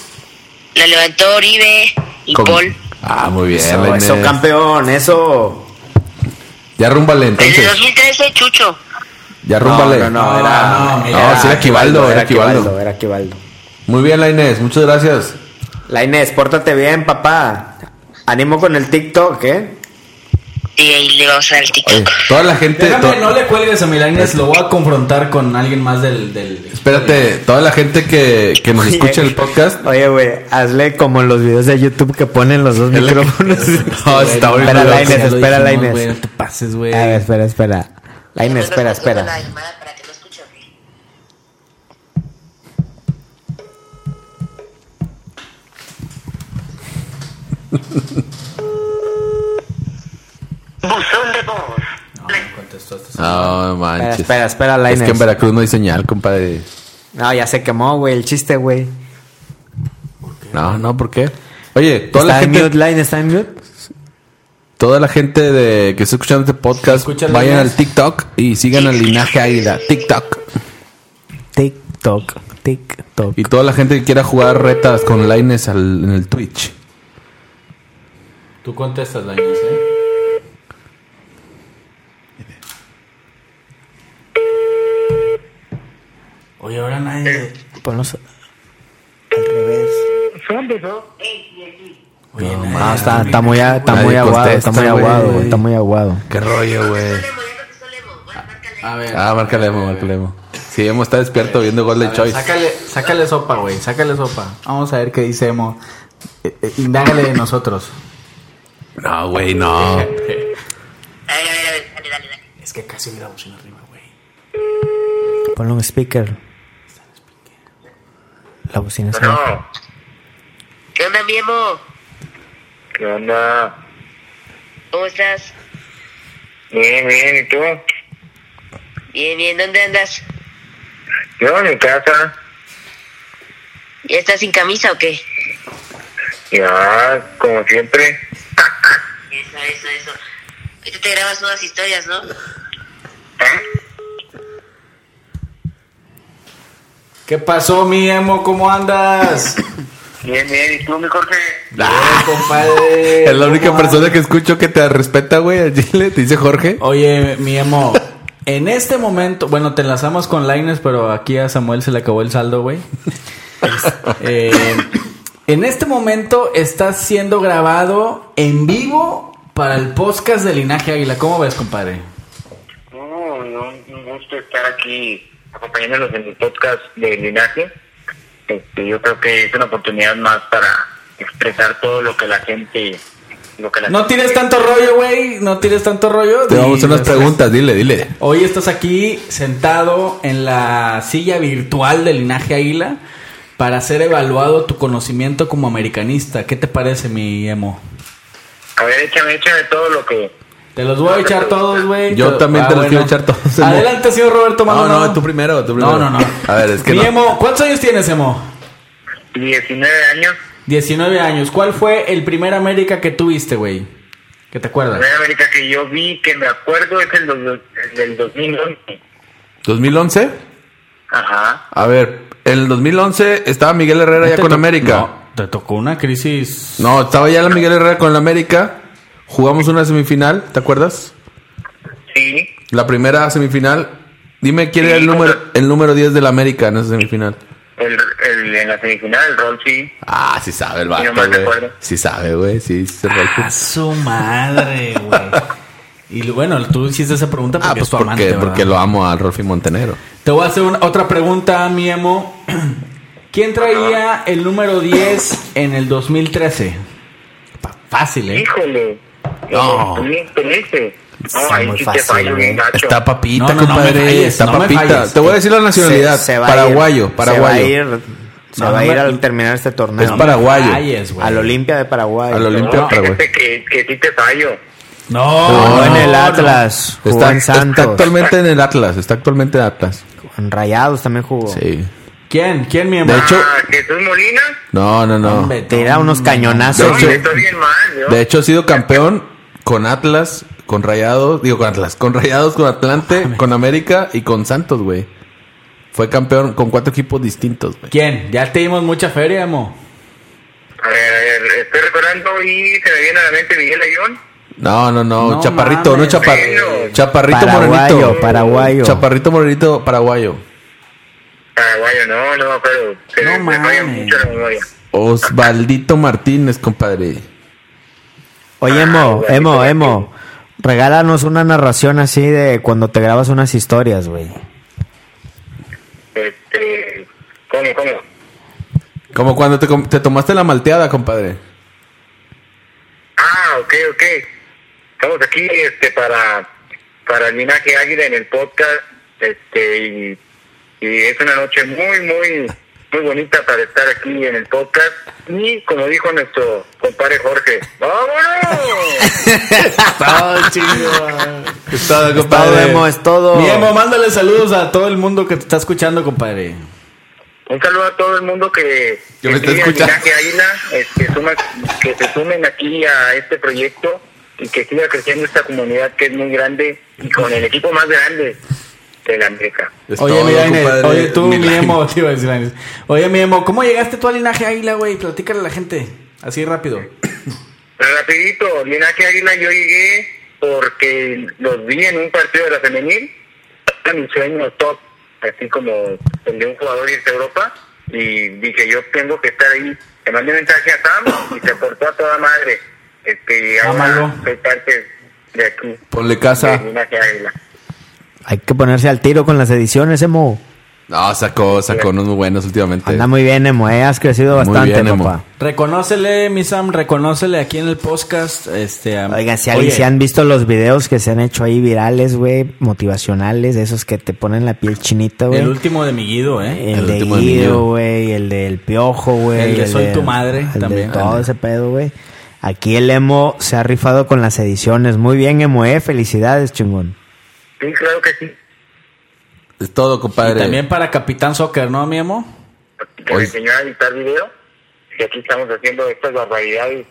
[SPEAKER 5] La levantó Oribe y
[SPEAKER 4] Con-
[SPEAKER 5] Paul.
[SPEAKER 4] Ah, muy bien,
[SPEAKER 3] Eso,
[SPEAKER 4] la Inés.
[SPEAKER 3] eso, campeón, eso.
[SPEAKER 4] Ya rúmbale
[SPEAKER 5] Desde
[SPEAKER 4] entonces,
[SPEAKER 5] 2013, Chucho.
[SPEAKER 4] ya rúmbale.
[SPEAKER 3] No, no, no,
[SPEAKER 2] No,
[SPEAKER 5] Ah,
[SPEAKER 3] era.
[SPEAKER 2] no,
[SPEAKER 3] era
[SPEAKER 2] sí
[SPEAKER 4] era Aquivaldo, era Aquivaldo.
[SPEAKER 3] Era Aquivaldo.
[SPEAKER 4] Muy bien, la Inés, muchas gracias.
[SPEAKER 3] La Inés, pórtate bien, papá. Animo con el TikTok, ¿eh?
[SPEAKER 5] y ahí le vamos a dar el
[SPEAKER 4] Oye,
[SPEAKER 5] TikTok.
[SPEAKER 4] toda la gente.
[SPEAKER 2] Déjame,
[SPEAKER 4] to-
[SPEAKER 2] no le cuelgues a Milanes, lo voy a confrontar con alguien más del... del
[SPEAKER 4] Espérate, toda la gente que, que nos
[SPEAKER 3] [laughs]
[SPEAKER 4] escucha el podcast.
[SPEAKER 3] Oye, güey, hazle como en los videos de YouTube que ponen los dos
[SPEAKER 4] Es lo que-
[SPEAKER 3] micrófonos.
[SPEAKER 4] [laughs] No, está
[SPEAKER 2] Güey,
[SPEAKER 3] Espera,
[SPEAKER 4] horrible.
[SPEAKER 2] ya
[SPEAKER 3] Lainez,
[SPEAKER 2] lo
[SPEAKER 3] espera,
[SPEAKER 2] dijimos,
[SPEAKER 3] Lainez.
[SPEAKER 2] güey, No te pases, güey.
[SPEAKER 3] A ver, espera, espera. Laine, espera,
[SPEAKER 5] Entonces, me pongo
[SPEAKER 3] espera.
[SPEAKER 5] la llamada para que lo escuche, ok. Buzón de voz.
[SPEAKER 2] No, no contestó este señor.
[SPEAKER 4] No manches.
[SPEAKER 3] Espera, espera,
[SPEAKER 4] Es
[SPEAKER 3] Lainez.
[SPEAKER 4] que en Veracruz no hay señal, compadre.
[SPEAKER 3] No, ya se quemó, güey, el chiste, güey.
[SPEAKER 4] No, no, ¿por qué? Oye, toda la
[SPEAKER 3] ¿Está en
[SPEAKER 4] gente,
[SPEAKER 3] mute, Laine? ¿Está en mute?
[SPEAKER 4] toda la gente de que está escuchando este podcast,
[SPEAKER 2] Escucha el
[SPEAKER 4] vayan
[SPEAKER 2] Lainez.
[SPEAKER 4] al TikTok y sigan al linaje águila. TikTok.
[SPEAKER 3] TikTok, TikTok.
[SPEAKER 4] Y toda la gente que quiera jugar retas con Lines al, en el Twitch.
[SPEAKER 2] Tú contestas, Lainez, ¿eh? Oye, ahora nadie...
[SPEAKER 3] Ponlos Pues al revés.
[SPEAKER 2] Oye, nadie-
[SPEAKER 3] No, está, está muy, a- está
[SPEAKER 4] Nadie
[SPEAKER 3] muy aguado,
[SPEAKER 4] contesta,
[SPEAKER 3] está muy aguado,
[SPEAKER 4] güey.
[SPEAKER 3] güey, está muy aguado.
[SPEAKER 4] Qué rollo, güey.
[SPEAKER 2] A ver.
[SPEAKER 4] Ah, márcale, Emo, márcale. Emo. Sí, Emo está despierto viendo Golden
[SPEAKER 2] A ver,
[SPEAKER 4] Choice.
[SPEAKER 2] Sácale, sácale sopa, güey. Sácale sopa. Vamos a ver qué dice Emo. Eh, eh, indágale de nosotros.
[SPEAKER 4] No, güey, no.
[SPEAKER 5] A ver, a ver, a ver, dale, dale, dale.
[SPEAKER 2] Es que casi hubiera bocina arriba, güey.
[SPEAKER 3] Ponle un speaker. La bocina se
[SPEAKER 6] No,
[SPEAKER 5] ¿Qué onda, mi emo?
[SPEAKER 6] ¿qué onda?
[SPEAKER 5] ¿Cómo estás?
[SPEAKER 6] Bien, bien, ¿y tú?
[SPEAKER 5] Bien, bien, ¿dónde andas?
[SPEAKER 6] Yo en mi casa,
[SPEAKER 5] ¿Ya estás sin camisa o qué?
[SPEAKER 6] ya, como siempre.
[SPEAKER 5] Eso, eso, eso. Ahorita te grabas nuevas historias, ¿no?
[SPEAKER 2] ¿Qué pasó, mi Emo? ¿Cómo
[SPEAKER 4] [laughs]
[SPEAKER 2] andas?
[SPEAKER 6] Bien, bien, ¿y tú, mi Jorge?
[SPEAKER 2] Eh, compadre.
[SPEAKER 4] [laughs] Ah, Es la única
[SPEAKER 2] ¿Cómo
[SPEAKER 4] persona
[SPEAKER 2] andas?
[SPEAKER 4] que escucho que te respeta, güey, al Chile. Te dice Jorge.
[SPEAKER 2] Oye, mi Emo. En este momento, bueno, te enlazamos con Lines, pero aquí a Samuel se le acabó el saldo, güey. Eh, en este momento estás siendo grabado en vivo para el podcast de Linaje Águila. ¿Cómo ves, compadre?
[SPEAKER 6] Uy, un, un gusto estar aquí acompañándolos en mi podcast de Linaje. Este, yo creo que es una oportunidad más para expresar todo lo que la gente... Lo que la
[SPEAKER 2] No
[SPEAKER 6] gente-
[SPEAKER 2] tienes tanto rollo, güey. No tienes tanto rollo.
[SPEAKER 4] Te vamos a hacer unas
[SPEAKER 2] Y-
[SPEAKER 4] preguntas, dile, dile.
[SPEAKER 2] Hoy estás aquí sentado en la silla virtual del linaje Águila para ser evaluado tu conocimiento como americanista. ¿Qué te parece, mi emo?
[SPEAKER 6] A ver, échame, échame todo lo que...
[SPEAKER 2] Te los voy a echar todos, güey.
[SPEAKER 4] Yo
[SPEAKER 2] Te- Ah,
[SPEAKER 4] también te los quiero echar todos, emo.
[SPEAKER 2] Adelante, señor Roberto
[SPEAKER 4] No,
[SPEAKER 2] Maldonado.
[SPEAKER 4] no, tú primero, tú primero.
[SPEAKER 2] No, no, no.
[SPEAKER 4] A ver, es que
[SPEAKER 2] Mi
[SPEAKER 4] no.
[SPEAKER 2] emo, ¿cuántos años tienes, emo?
[SPEAKER 6] 19 años,
[SPEAKER 2] 19 años. ¿Cuál fue el primer América que tuviste, güey? ¿Qué te
[SPEAKER 6] la
[SPEAKER 2] acuerdas?
[SPEAKER 6] primera América que yo vi, que me acuerdo, es el, dos- el del 2011.
[SPEAKER 4] 2011.
[SPEAKER 6] Ajá.
[SPEAKER 4] A ver, en el 2011 estaba Miguel Herrera ya
[SPEAKER 2] ¿Te
[SPEAKER 4] con
[SPEAKER 2] Este to-
[SPEAKER 4] América.
[SPEAKER 2] No, te tocó una crisis.
[SPEAKER 4] No. estaba ya la Miguel Herrera con la América. Jugamos una semifinal, ¿te acuerdas?
[SPEAKER 6] Sí.
[SPEAKER 4] La primera semifinal. Dime quién era el
[SPEAKER 6] Sí,
[SPEAKER 4] número
[SPEAKER 6] contra-
[SPEAKER 4] el número 10 de la América en esa semifinal.
[SPEAKER 6] El, el, en la semifinal, el rol sí.
[SPEAKER 4] Ah, sí sabe el vato,
[SPEAKER 6] no mal
[SPEAKER 4] güey.
[SPEAKER 6] recuerdo.
[SPEAKER 4] Sí sabe, güey, sí se fue el
[SPEAKER 2] A su madre, güey. Y bueno, tú hiciste esa pregunta porque
[SPEAKER 4] Ah, pues
[SPEAKER 2] es tu
[SPEAKER 4] porque,
[SPEAKER 2] amante, ¿verdad?
[SPEAKER 4] porque lo amo al Rolfi Montenegro.
[SPEAKER 2] Te voy a hacer una- otra pregunta, mi emo. ¿Quién traía el número 10 en el 2013? Pa- Fácil, ¿eh?
[SPEAKER 6] Híjole.
[SPEAKER 4] No.
[SPEAKER 6] Eh, ¿Te dice? No,
[SPEAKER 3] Está
[SPEAKER 6] ahí
[SPEAKER 3] muy
[SPEAKER 6] sí
[SPEAKER 3] fácil,
[SPEAKER 6] te fallo
[SPEAKER 3] güey.
[SPEAKER 6] bien gacho.
[SPEAKER 4] ¿eh? Está papita,
[SPEAKER 2] No, no, no me
[SPEAKER 4] compadre.
[SPEAKER 2] falles,
[SPEAKER 4] está
[SPEAKER 2] no me
[SPEAKER 4] papita.
[SPEAKER 2] falles.
[SPEAKER 4] Te voy a decir la nacionalidad.
[SPEAKER 3] Se- se va a ir,
[SPEAKER 4] paraguayo,
[SPEAKER 3] Se
[SPEAKER 4] paraguayo.
[SPEAKER 3] va a ir, se
[SPEAKER 2] No,
[SPEAKER 3] va a
[SPEAKER 2] no
[SPEAKER 3] ir
[SPEAKER 2] me-
[SPEAKER 3] al terminar este torneo.
[SPEAKER 4] Es paraguayo.
[SPEAKER 2] Calles, güey.
[SPEAKER 3] Al Olimpia de Paraguay.
[SPEAKER 4] Al Olimpia
[SPEAKER 6] No,
[SPEAKER 4] pero, güey.
[SPEAKER 6] fíjate que, que sí te fallo.
[SPEAKER 2] No,
[SPEAKER 3] Jugó
[SPEAKER 2] no,
[SPEAKER 3] en el
[SPEAKER 2] no.
[SPEAKER 3] Atlas. Jugó
[SPEAKER 4] Está,
[SPEAKER 3] en
[SPEAKER 4] está
[SPEAKER 3] Santos.
[SPEAKER 4] actualmente en el Atlas. Está actualmente en Atlas.
[SPEAKER 3] En Rayados también jugó.
[SPEAKER 4] Sí.
[SPEAKER 2] ¿Quién? ¿Quién, mi emo?
[SPEAKER 4] De hecho-
[SPEAKER 6] Ah, Jesús Molina.
[SPEAKER 4] No, no, no.
[SPEAKER 2] Hombre,
[SPEAKER 3] Te da unos
[SPEAKER 4] De
[SPEAKER 3] cañonazos.
[SPEAKER 6] No,
[SPEAKER 4] hecho-
[SPEAKER 6] le estoy bien mal, ¿no?
[SPEAKER 4] De hecho, ha sido campeón con Atlas, con Rayados, digo con Atlas, con Rayados, con Atlante, con América y con Santos, güey. Fue campeón con cuatro equipos distintos, güey.
[SPEAKER 2] ¿Quién? Ya te dimos mucha feria, emo.
[SPEAKER 6] A ver, a ver, estoy recordando y se me viene a la mente Miguel Ayón.
[SPEAKER 4] No, no, no,
[SPEAKER 2] No
[SPEAKER 4] chaparrito,
[SPEAKER 2] mames,
[SPEAKER 4] no chapa-
[SPEAKER 6] güey.
[SPEAKER 4] chaparrito
[SPEAKER 3] paraguayo,
[SPEAKER 4] morenito.
[SPEAKER 3] paraguayo.
[SPEAKER 4] Chaparrito morenito paraguayo.
[SPEAKER 6] Paraguayo, no, no me acuerdo. Se
[SPEAKER 2] No
[SPEAKER 6] me- me falla
[SPEAKER 2] mames.
[SPEAKER 6] mucho la memoria.
[SPEAKER 4] Osvaldito Martínez, compadre.
[SPEAKER 2] Ah,
[SPEAKER 3] Oye, Emo, Emo, Emo. Regálanos una narración así de cuando te grabas unas historias, güey.
[SPEAKER 6] Este, ¿Cómo, cómo?
[SPEAKER 4] Como cuando te, com- te tomaste la malteada, compadre.
[SPEAKER 6] Ah, ok, ok. Estamos aquí este, para, para el linaje águila en el podcast. Este, y, y es una noche muy, muy, muy bonita para estar aquí en el podcast. Y como dijo nuestro compadre Jorge, ¡vámonos!
[SPEAKER 2] [laughs]
[SPEAKER 4] Estado,
[SPEAKER 3] Todo, Emo, es todo.
[SPEAKER 2] Mi Emo, mándale saludos a todo el mundo que te está escuchando, compadre.
[SPEAKER 6] Un saludo a todo el mundo que,
[SPEAKER 4] Que me está
[SPEAKER 6] sigue al
[SPEAKER 4] escuchando.
[SPEAKER 6] linaje águila, este, suma- que se sumen aquí a este proyecto y que siga creciendo esta comunidad que es muy grande y con el equipo más grande de la América.
[SPEAKER 4] Es
[SPEAKER 2] Oye,
[SPEAKER 4] todo,
[SPEAKER 2] mira, Inés,
[SPEAKER 4] compadre.
[SPEAKER 2] oye, tú, mi
[SPEAKER 4] Milagro.
[SPEAKER 2] Emo, [laughs] te iba a decir, Inés. Oye, mi Emo, ¿cómo llegaste tú al linaje águila, güey? Platícale a la gente, así rápido.
[SPEAKER 6] Rapidito, Linaje Águila yo llegué porque los vi en un partido de la femenil, era mi sueño top, así como el de un jugador irse a Europa, y dije yo tengo que estar ahí, le mandé un mensaje a Sam y se portó a toda madre, este, y ahora
[SPEAKER 2] Ámalo.
[SPEAKER 6] soy parte de aquí,
[SPEAKER 4] Ponle Ah, casa.
[SPEAKER 6] de Linaje Águila.
[SPEAKER 3] Hay que ponerse al tiro con las ediciones, Emo.
[SPEAKER 4] No, sacó, sacó unos muy buenos últimamente.
[SPEAKER 3] Anda muy bien, Emo, eh, has crecido
[SPEAKER 4] Muy
[SPEAKER 3] bastante,
[SPEAKER 4] bien, Emo.
[SPEAKER 3] papá.
[SPEAKER 2] Reconócele, mi Sam, reconócele aquí en el podcast. Este, a-
[SPEAKER 3] Oigan, si,
[SPEAKER 2] Oye,
[SPEAKER 3] alguien- si han visto los videos que se han hecho ahí virales, güey, motivacionales, esos que te ponen la piel chinita, güey.
[SPEAKER 2] El último de mi Guido, ¿eh?
[SPEAKER 3] El,
[SPEAKER 4] el
[SPEAKER 3] de
[SPEAKER 4] último de
[SPEAKER 3] Guido,
[SPEAKER 4] Guido.
[SPEAKER 3] güey, el del Piojo, güey.
[SPEAKER 2] El de Soy tu
[SPEAKER 3] del-
[SPEAKER 2] madre
[SPEAKER 3] el de
[SPEAKER 2] también.
[SPEAKER 3] todo ese pedo, güey. Aquí el Emo se ha rifado con las ediciones. Muy bien, Emo, eh. Felicidades, chingón.
[SPEAKER 6] Sí, claro que sí,
[SPEAKER 4] Es todo,
[SPEAKER 2] Y
[SPEAKER 4] compadre.
[SPEAKER 2] también para Capitán Soccer, ¿no, mi Emo?
[SPEAKER 6] que me
[SPEAKER 4] Oye.
[SPEAKER 6] enseñó a editar video, y aquí estamos haciendo estas barbaridades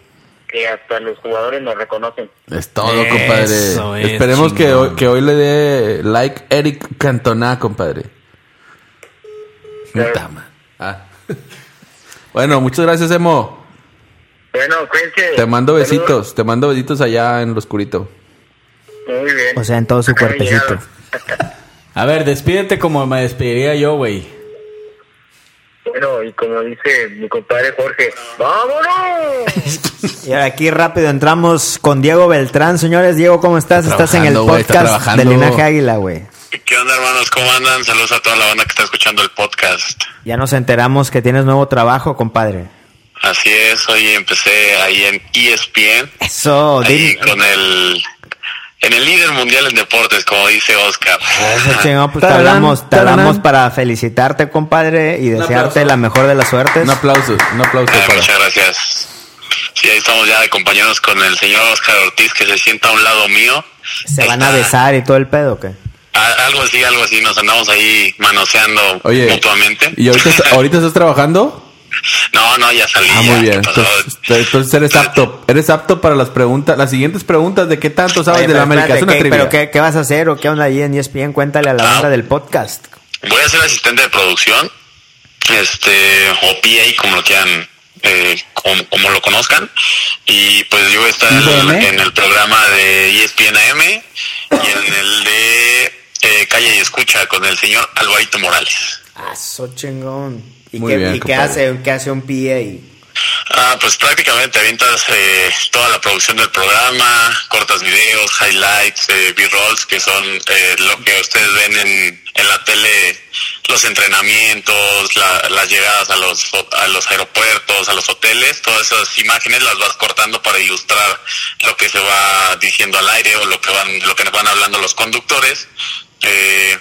[SPEAKER 6] que hasta los jugadores nos reconocen.
[SPEAKER 4] Es todo,
[SPEAKER 2] Eso
[SPEAKER 4] compadre.
[SPEAKER 2] es,
[SPEAKER 4] Esperemos que
[SPEAKER 2] chingón.
[SPEAKER 4] hoy, que hoy le dé like Eric Cantona, compadre. Puta ma- Ah. [laughs] Bueno, muchas gracias, Emo.
[SPEAKER 6] Bueno, cuídense.
[SPEAKER 4] Te mando
[SPEAKER 6] Saludos.
[SPEAKER 4] besitos. Te mando besitos allá en lo oscurito.
[SPEAKER 6] Muy bien.
[SPEAKER 3] O sea, en todo su
[SPEAKER 6] Acá me
[SPEAKER 3] cuerpecito.
[SPEAKER 6] llegaron.
[SPEAKER 2] A ver, despídete como me despediría yo, güey.
[SPEAKER 6] Bueno, y como dice mi compadre Jorge, ¡vámonos!
[SPEAKER 7] [laughs]
[SPEAKER 3] Y ahora aquí rápido entramos con Diego Beltrán. Señores, Diego, ¿cómo estás? Estás en el
[SPEAKER 4] trabajando, güey, está
[SPEAKER 3] podcast de
[SPEAKER 4] trabajando.
[SPEAKER 3] Linaje Águila, güey.
[SPEAKER 8] ¿Qué onda, hermanos? ¿Cómo andan? Saludos a toda la banda que está escuchando el podcast.
[SPEAKER 3] Ya nos enteramos que tienes nuevo trabajo, compadre.
[SPEAKER 8] Así es, hoy empecé ahí en E ESPN,
[SPEAKER 3] Eso,
[SPEAKER 8] ahí
[SPEAKER 3] dime.
[SPEAKER 8] con el en el líder mundial en deportes, como dice Oscar.
[SPEAKER 3] Eso, chingón, pues te
[SPEAKER 4] Tarán,
[SPEAKER 3] hablamos, te
[SPEAKER 4] tarán.
[SPEAKER 3] hablamos para felicitarte, compadre, y desearte
[SPEAKER 2] aplauso.
[SPEAKER 3] la mejor de las suertes.
[SPEAKER 4] Un aplauso, un aplauso.
[SPEAKER 8] Ah,
[SPEAKER 4] para-
[SPEAKER 8] muchas gracias. Sí, ahí estamos ya de compañeros con el señor Oscar Ortiz, que se sienta a un lado mío.
[SPEAKER 3] Se van a
[SPEAKER 8] Está-
[SPEAKER 3] besar y todo el pedo, ¿qué?
[SPEAKER 8] a- algo así, algo así, nos andamos ahí manoseando
[SPEAKER 4] Oye,
[SPEAKER 8] mutuamente.
[SPEAKER 4] ¿y ahorita, est- ahorita estás trabajando?
[SPEAKER 8] no, no, ya salí.
[SPEAKER 4] Ah,
[SPEAKER 8] ya,
[SPEAKER 4] muy bien.
[SPEAKER 8] ¿qué pasó?
[SPEAKER 4] Entonces, este, entonces eres apto. Eres apto para las preguntas, las siguientes preguntas de qué tanto sabes
[SPEAKER 3] Oye,
[SPEAKER 4] de la
[SPEAKER 3] pero
[SPEAKER 4] América.
[SPEAKER 3] espérate,
[SPEAKER 4] Es una
[SPEAKER 3] ¿qué-
[SPEAKER 4] trivia.
[SPEAKER 3] ¿Pero qué, qué vas a hacer o qué onda ahí en E ESPN? Cuéntale a la banda del podcast.
[SPEAKER 8] Voy a ser asistente de producción, este, o PA, como lo quieran, eh, como, como lo conozcan. Y pues yo voy a estar
[SPEAKER 2] IBM.
[SPEAKER 8] en el programa de E ESPN AM y en el de eh, Calle y Escucha con el señor Alvarito Morales.
[SPEAKER 3] Aso chingón. ¿Y,
[SPEAKER 4] Muy
[SPEAKER 3] qué,
[SPEAKER 4] bien,
[SPEAKER 3] y qué
[SPEAKER 4] compadre.
[SPEAKER 3] hace, qué hace un PA?
[SPEAKER 8] Ah, pues prácticamente avientas eh, toda la producción del programa, cortas videos, highlights, eh, b-rolls, que son eh, lo que ustedes ven en, en la tele, los entrenamientos, la- las llegadas a los, ho- a los aeropuertos, a los hoteles, todas esas imágenes las vas cortando para ilustrar lo que se va diciendo al aire o lo que van, lo que van hablando los conductores. Eh,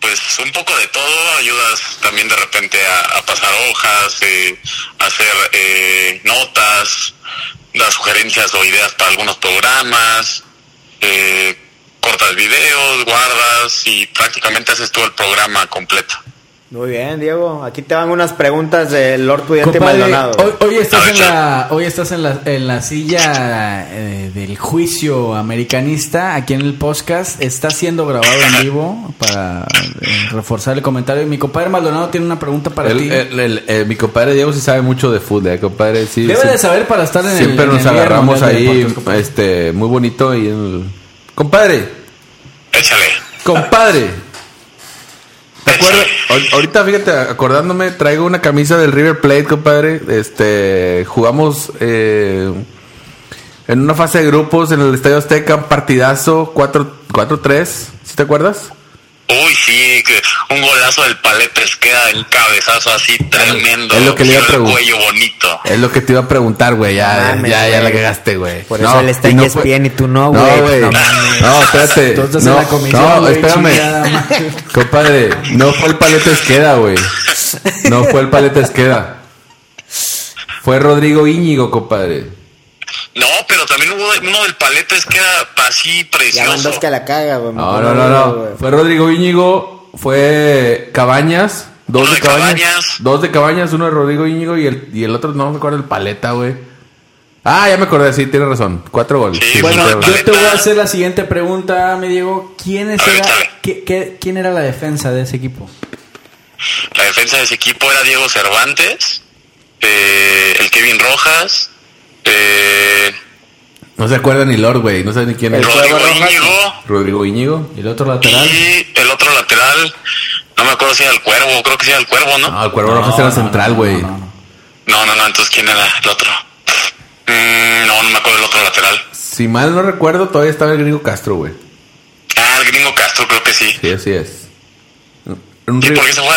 [SPEAKER 8] pues un poco de todo, ayudas también de repente a, a pasar hojas, eh, a hacer eh, notas, das sugerencias o ideas para algunos programas, eh, cortas videos, guardas y prácticamente haces todo el programa completo.
[SPEAKER 3] Muy bien, Diego. Aquí te van unas preguntas del Lord Pudiente
[SPEAKER 2] Compadre,
[SPEAKER 3] Maldonado.
[SPEAKER 2] hoy, hoy estás en la, hoy estás en la, en la silla eh, del juicio americanista aquí en el podcast. Está siendo grabado en vivo para eh, reforzar el comentario. Y mi compadre Maldonado tiene una pregunta para
[SPEAKER 4] El-
[SPEAKER 2] ti.
[SPEAKER 4] el- el- eh, mi compadre Diego sí sabe mucho de fútbol, eh, compadre. Sí,
[SPEAKER 2] Debe
[SPEAKER 4] sí.
[SPEAKER 2] de saber para estar en el-
[SPEAKER 4] Siempre
[SPEAKER 2] en el
[SPEAKER 4] nos
[SPEAKER 2] Día
[SPEAKER 4] agarramos
[SPEAKER 2] Mundial de
[SPEAKER 4] ahí,
[SPEAKER 2] Deportes, compadre.
[SPEAKER 4] este, muy bonito y el- compadre,
[SPEAKER 8] Échale.
[SPEAKER 4] compadre. ¿Te acuerdas? Ahor- Ahorita fíjate, acordándome, traigo una camisa del River Plate, compadre. Este, jugamos eh, En una fase de grupos en el Estadio Azteca, partidazo 4 4-3, ¿sí te acuerdas?
[SPEAKER 8] Uy, sí, que un golazo del Paletes queda un cabezazo así tremendo.
[SPEAKER 4] es lo que le iba a
[SPEAKER 8] Tiró el
[SPEAKER 4] preguntar.
[SPEAKER 8] cuello bonito.
[SPEAKER 4] Es lo que te iba a preguntar, güey.
[SPEAKER 3] No
[SPEAKER 4] Ya,
[SPEAKER 3] mames,
[SPEAKER 4] ya, ya la
[SPEAKER 3] güey.
[SPEAKER 4] cagaste, güey.
[SPEAKER 3] Por eso él está
[SPEAKER 4] y
[SPEAKER 3] en E
[SPEAKER 4] fue-
[SPEAKER 3] ESPN y tú no, güey.
[SPEAKER 4] pues, No, güey.
[SPEAKER 3] No
[SPEAKER 4] No,
[SPEAKER 3] mames.
[SPEAKER 4] espérate.
[SPEAKER 2] Tú estás en
[SPEAKER 4] no,
[SPEAKER 2] la comisión,
[SPEAKER 4] no,
[SPEAKER 2] güey,
[SPEAKER 4] espérame.
[SPEAKER 2] chingada madre.
[SPEAKER 4] [laughs] Compadre, no fue el paleta Esqueda, güey. No fue el paleta Esqueda. Fue Rodrigo Íñigo, compadre.
[SPEAKER 8] No, pero también hubo uno del Paletes queda así
[SPEAKER 3] Ya van dos
[SPEAKER 8] precioso.
[SPEAKER 3] que la caga, güey. me
[SPEAKER 4] No,
[SPEAKER 3] acuerdo
[SPEAKER 4] no, no,
[SPEAKER 3] de él,
[SPEAKER 4] no.
[SPEAKER 3] güey.
[SPEAKER 4] Fue Rodrigo Íñigo, fue Cabañas, dos
[SPEAKER 8] Uno
[SPEAKER 4] de,
[SPEAKER 8] de
[SPEAKER 4] Cabañas,
[SPEAKER 8] Cabañas.
[SPEAKER 4] dos de Cabañas, uno de Rodrigo Íñigo y el, y el otro, no me acuerdo, el paleta, güey. Ah, ya me acordé, sí, tienes razón. Cuatro goles.
[SPEAKER 8] Sí,
[SPEAKER 4] Sí,
[SPEAKER 8] bueno,
[SPEAKER 4] cuatro goles.
[SPEAKER 2] Yo te voy a hacer la siguiente pregunta, mi Diego. ¿Quién,
[SPEAKER 8] A ver,
[SPEAKER 2] era,
[SPEAKER 8] échale.
[SPEAKER 2] qué- qué- ¿Quién era la defensa de ese equipo?
[SPEAKER 8] La defensa de ese equipo era Diego Cervantes, eh, el Kevin Rojas, eh,
[SPEAKER 4] No se acuerda ni Lord, güey. No sabe ni quién es.
[SPEAKER 8] Rodrigo Íñigo
[SPEAKER 4] Rodrigo Íñigo.
[SPEAKER 2] ¿Y el otro lateral?
[SPEAKER 8] y el otro lateral. No me acuerdo si era el Cuervo, creo que sí era el Cuervo, ¿no?
[SPEAKER 4] No, el Cuervo
[SPEAKER 2] No,
[SPEAKER 4] Rojas era
[SPEAKER 2] no,
[SPEAKER 4] central,
[SPEAKER 2] no,
[SPEAKER 4] güey.
[SPEAKER 2] no, no, no.
[SPEAKER 8] No, no, no, entonces ¿quién era el otro? Mm, no, no me acuerdo el otro lateral.
[SPEAKER 4] Si mal no recuerdo, todavía estaba el gringo Castro, güey.
[SPEAKER 8] Ah, el gringo Castro, creo que sí.
[SPEAKER 4] Sí, así es. Un
[SPEAKER 8] Sí,
[SPEAKER 4] River-
[SPEAKER 8] porque se fue,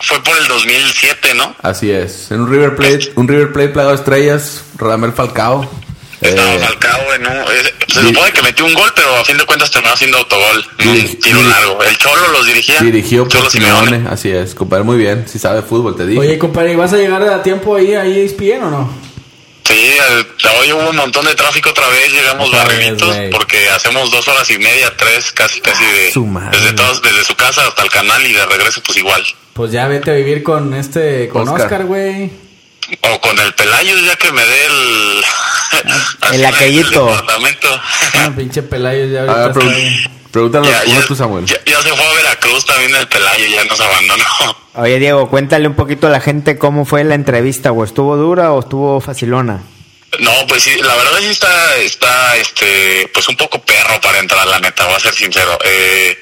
[SPEAKER 8] fue por el 2007, ¿no?
[SPEAKER 4] Así es. En un River Plate, un River Plate plagado de estrellas, Ramel Falcao.
[SPEAKER 8] Estaba
[SPEAKER 4] eh,
[SPEAKER 8] Ah, Falcao, en un- es- Se
[SPEAKER 4] di-
[SPEAKER 8] supone que metió un gol, pero a fin de cuentas terminó haciendo autogol.
[SPEAKER 4] Diri-
[SPEAKER 8] Un tiro
[SPEAKER 4] diri-
[SPEAKER 8] largo. El Cholo los dirigía.
[SPEAKER 4] dirigió por
[SPEAKER 8] Cholo Simeone.
[SPEAKER 4] Simeone. Así es, compadre, muy bien. Si sabe fútbol, te digo.
[SPEAKER 2] Oye, compadre, ¿y ¿vas a llegar a tiempo ahí, ahí a E ESPN o no?
[SPEAKER 8] Sí, el- hoy hubo un montón de tráfico otra vez, llegamos
[SPEAKER 4] Otra vez,
[SPEAKER 8] barriditos
[SPEAKER 4] güey.
[SPEAKER 8] porque hacemos dos horas y media, tres, casi, casi de...
[SPEAKER 3] su madre.
[SPEAKER 8] desde, todos, desde su casa hasta el canal y de regreso pues igual.
[SPEAKER 2] Pues ya vete a vivir con este, con
[SPEAKER 4] Oscar.
[SPEAKER 2] Oscar, güey.
[SPEAKER 8] O con el Pelayos ya que me dé el... [laughs]
[SPEAKER 3] el aquellito.
[SPEAKER 8] departamento.
[SPEAKER 2] Ah, pinche Pelayo ya
[SPEAKER 4] A
[SPEAKER 2] ahorita
[SPEAKER 4] ver,
[SPEAKER 2] está
[SPEAKER 4] pregun-
[SPEAKER 2] bien.
[SPEAKER 4] pregúntale
[SPEAKER 8] Ya,
[SPEAKER 4] uno
[SPEAKER 8] ya-
[SPEAKER 4] tú, Samuel.
[SPEAKER 8] ya- ya se fue a Veracruz también el Pelayo, ya nos abandonó.
[SPEAKER 3] Oye, Diego, cuéntale un poquito a la gente cómo fue la entrevista, güey. ¿Estuvo dura o estuvo facilona?
[SPEAKER 8] No, pues sí, la verdad sí está, está, este, pues un poco perro para entrar, la neta, voy a ser sincero. Eh,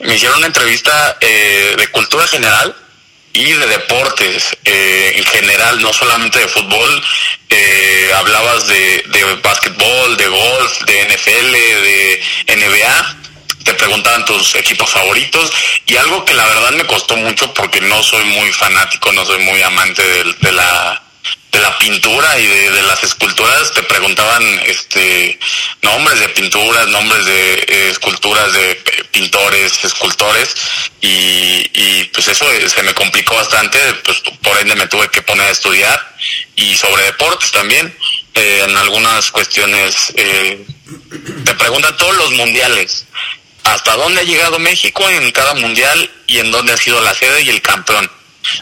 [SPEAKER 8] me hicieron una entrevista eh, de cultura general y de deportes eh, en general, no solamente de fútbol. Eh, hablabas de, de básquetbol, de golf, de NFL, de NBA te preguntaban tus equipos favoritos y algo que la verdad me costó mucho porque no soy muy fanático, no soy muy amante del- de, la de la pintura y de, de las esculturas, te preguntaban este nombres de pinturas, nombres de eh, esculturas de eh, pintores, escultores y, y pues eso eh, se me complicó bastante, pues por ende me tuve que poner a estudiar y sobre deportes también, eh, en algunas cuestiones eh, te preguntan todos los mundiales. ¿Hasta dónde ha llegado México en cada mundial y en dónde ha sido la sede y el campeón?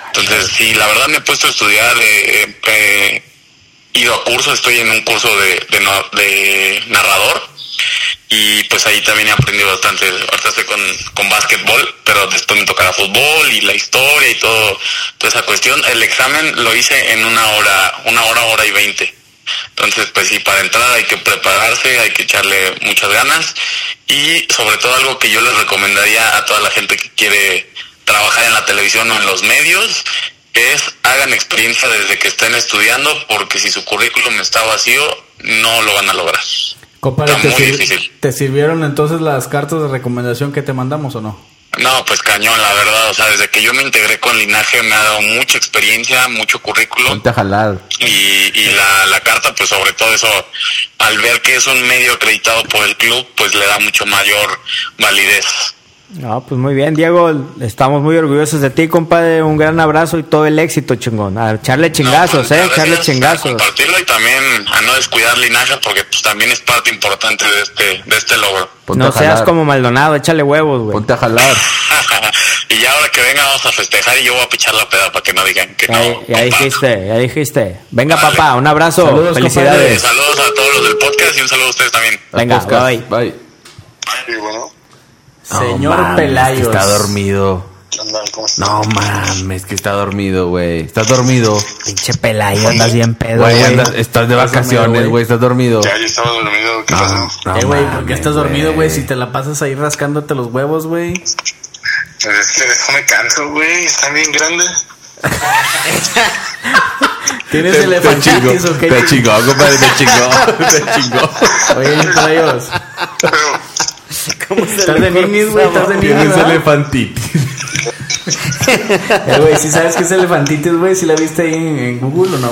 [SPEAKER 8] Entonces, sí, la verdad me he puesto a estudiar, eh, eh, he ido a cursos, estoy en un curso de, de na- de narrador y pues ahí también he aprendido bastante. Ahorita estoy con, con básquetbol, pero después me tocará fútbol y la historia y todo, toda esa cuestión. El examen lo hice en una hora, una hora, hora y veinte. Entonces, pues sí, para entrar hay que prepararse, hay que echarle muchas ganas y sobre todo algo que yo les recomendaría a toda la gente que quiere trabajar en la televisión o en los medios es hagan experiencia desde que estén estudiando porque si su currículum está vacío no lo van a lograr.
[SPEAKER 2] Compadre,
[SPEAKER 8] Está
[SPEAKER 2] ¿te,
[SPEAKER 8] muy
[SPEAKER 2] sir-
[SPEAKER 8] difícil.
[SPEAKER 2] te sirvieron entonces las cartas de recomendación que te mandamos o no?
[SPEAKER 8] No, pues cañón, la verdad, o sea, desde que yo me integré con Linaje me ha dado mucha experiencia, mucho currículum.
[SPEAKER 4] Ponte a jalar.
[SPEAKER 8] y, y la, la carta, pues sobre todo eso, al ver que es un medio acreditado por el club, pues le da mucho mayor validez.
[SPEAKER 3] No, pues muy bien, Diego. Estamos muy orgullosos de ti, compadre. Un gran abrazo y todo el éxito, chingón. A echarle chingazos,
[SPEAKER 8] No,
[SPEAKER 3] ¿eh?
[SPEAKER 8] muchas
[SPEAKER 3] Echarle
[SPEAKER 8] gracias a
[SPEAKER 3] chingazos.
[SPEAKER 8] Compartirlo y también a no descuidar linaje porque pues también es parte importante de este, de este logro. [laughs]
[SPEAKER 4] Ponte
[SPEAKER 3] No
[SPEAKER 4] a jalar.
[SPEAKER 3] seas como Maldonado, échale huevos, güey.
[SPEAKER 4] Ponte a jalar.
[SPEAKER 8] y ya ahora que venga vamos a festejar y yo voy a pichar la peda para que no digan que
[SPEAKER 3] Ya,
[SPEAKER 8] no.
[SPEAKER 3] ya
[SPEAKER 8] comparto.
[SPEAKER 3] dijiste, ya dijiste. Venga,
[SPEAKER 8] Vale.
[SPEAKER 3] papá, un abrazo.
[SPEAKER 2] Saludos,
[SPEAKER 8] Eh,
[SPEAKER 3] Felicidades.
[SPEAKER 8] Saludos a todos los del podcast y un saludo a ustedes también.
[SPEAKER 3] Venga,
[SPEAKER 4] Podcast.
[SPEAKER 3] bye.
[SPEAKER 4] Bye.
[SPEAKER 7] Sí, bueno,
[SPEAKER 2] Señor
[SPEAKER 4] No mames,
[SPEAKER 2] Pelayos.
[SPEAKER 4] que Está dormido.
[SPEAKER 7] ¿qué onda? ¿Cómo estás?
[SPEAKER 4] No mames, que está dormido, güey. Estás dormido.
[SPEAKER 3] Pinche pelayo, andas bien pedo,
[SPEAKER 4] Güey,
[SPEAKER 3] güey.
[SPEAKER 4] andas- estás de
[SPEAKER 2] Estás
[SPEAKER 4] vacaciones,
[SPEAKER 2] dormido,
[SPEAKER 4] güey. Estás dormido. Ah,
[SPEAKER 7] Ya, yo estaba dormido,
[SPEAKER 3] Ah.
[SPEAKER 7] ¿qué pasó?
[SPEAKER 4] [laughs] No
[SPEAKER 2] eh, güey, ¿por qué
[SPEAKER 4] mames,
[SPEAKER 2] estás dormido, güey? Si te la pasas ahí rascándote los huevos, güey.
[SPEAKER 7] Pero es que de eso me canso, güey, están bien grandes.
[SPEAKER 2] ¿Tienes
[SPEAKER 4] Te- te
[SPEAKER 2] elefantitis
[SPEAKER 4] chingó,
[SPEAKER 2] o qué?
[SPEAKER 4] Te chingó, compadre, te chingó,
[SPEAKER 2] [laughs]
[SPEAKER 4] te chingó.
[SPEAKER 2] Oye,
[SPEAKER 4] [laughs]
[SPEAKER 2] rayos.
[SPEAKER 7] Pero,
[SPEAKER 2] Estás de ninis, güey. Estás de ninis,
[SPEAKER 4] Tienes
[SPEAKER 2] ¿verdad?
[SPEAKER 4] elefantitis.
[SPEAKER 2] Eh, güey, si sabes qué es elefantitis, güey, si la viste ahí en, en Google o no.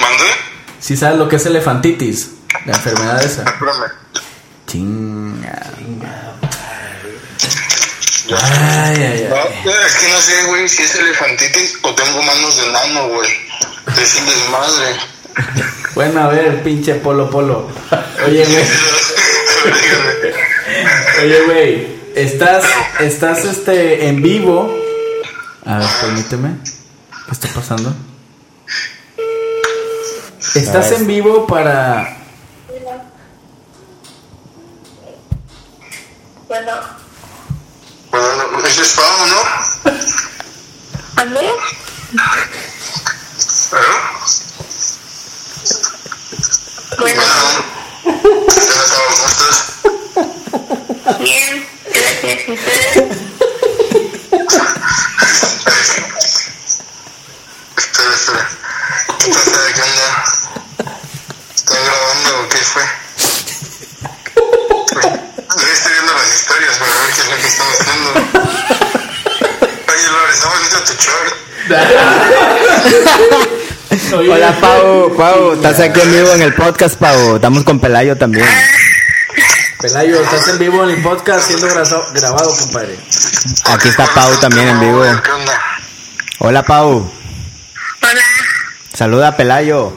[SPEAKER 7] ¿mandé?
[SPEAKER 2] Si sabes lo que es elefantitis, la enfermedad esa.
[SPEAKER 7] Espérame.
[SPEAKER 2] Chinga. Ay, ay,
[SPEAKER 7] No,
[SPEAKER 2] ay.
[SPEAKER 7] Ah, es que no sé, güey, si es elefantitis o tengo manos de nano, güey. Es un desmadre.
[SPEAKER 2] Bueno, a ver, pinche polo polo. Oye, güey. Oye, güey. Estás, estás este, en vivo. A ver, permíteme. ¿Qué está pasando? Estás en vivo para.
[SPEAKER 5] Bueno,
[SPEAKER 7] Bueno, no, es spam, ¿no?
[SPEAKER 5] ¿Andrés? Bueno,
[SPEAKER 7] Ya no estaba ¿cómo estás?
[SPEAKER 5] bien, gracias. ¿Y ustedes?
[SPEAKER 7] Espera, espera. ¿Qué pasa? ¿Qué onda? ¿Están grabando o qué fue? Yo estoy viendo las historias para ver qué es lo que están haciendo. Oye, Laura, está bonito tu short.
[SPEAKER 2] Oye,
[SPEAKER 3] Hola, Pau. Pau, estás aquí en vivo en el podcast, Pau. Estamos con Pelayo también.
[SPEAKER 2] Pelayo, estás en vivo en el podcast siendo grazo- grabado, compadre.
[SPEAKER 3] Aquí está Pau también en vivo.
[SPEAKER 7] ¿Qué onda?
[SPEAKER 3] Hola, Pau.
[SPEAKER 5] Hola,
[SPEAKER 3] Saluda a Pelayo.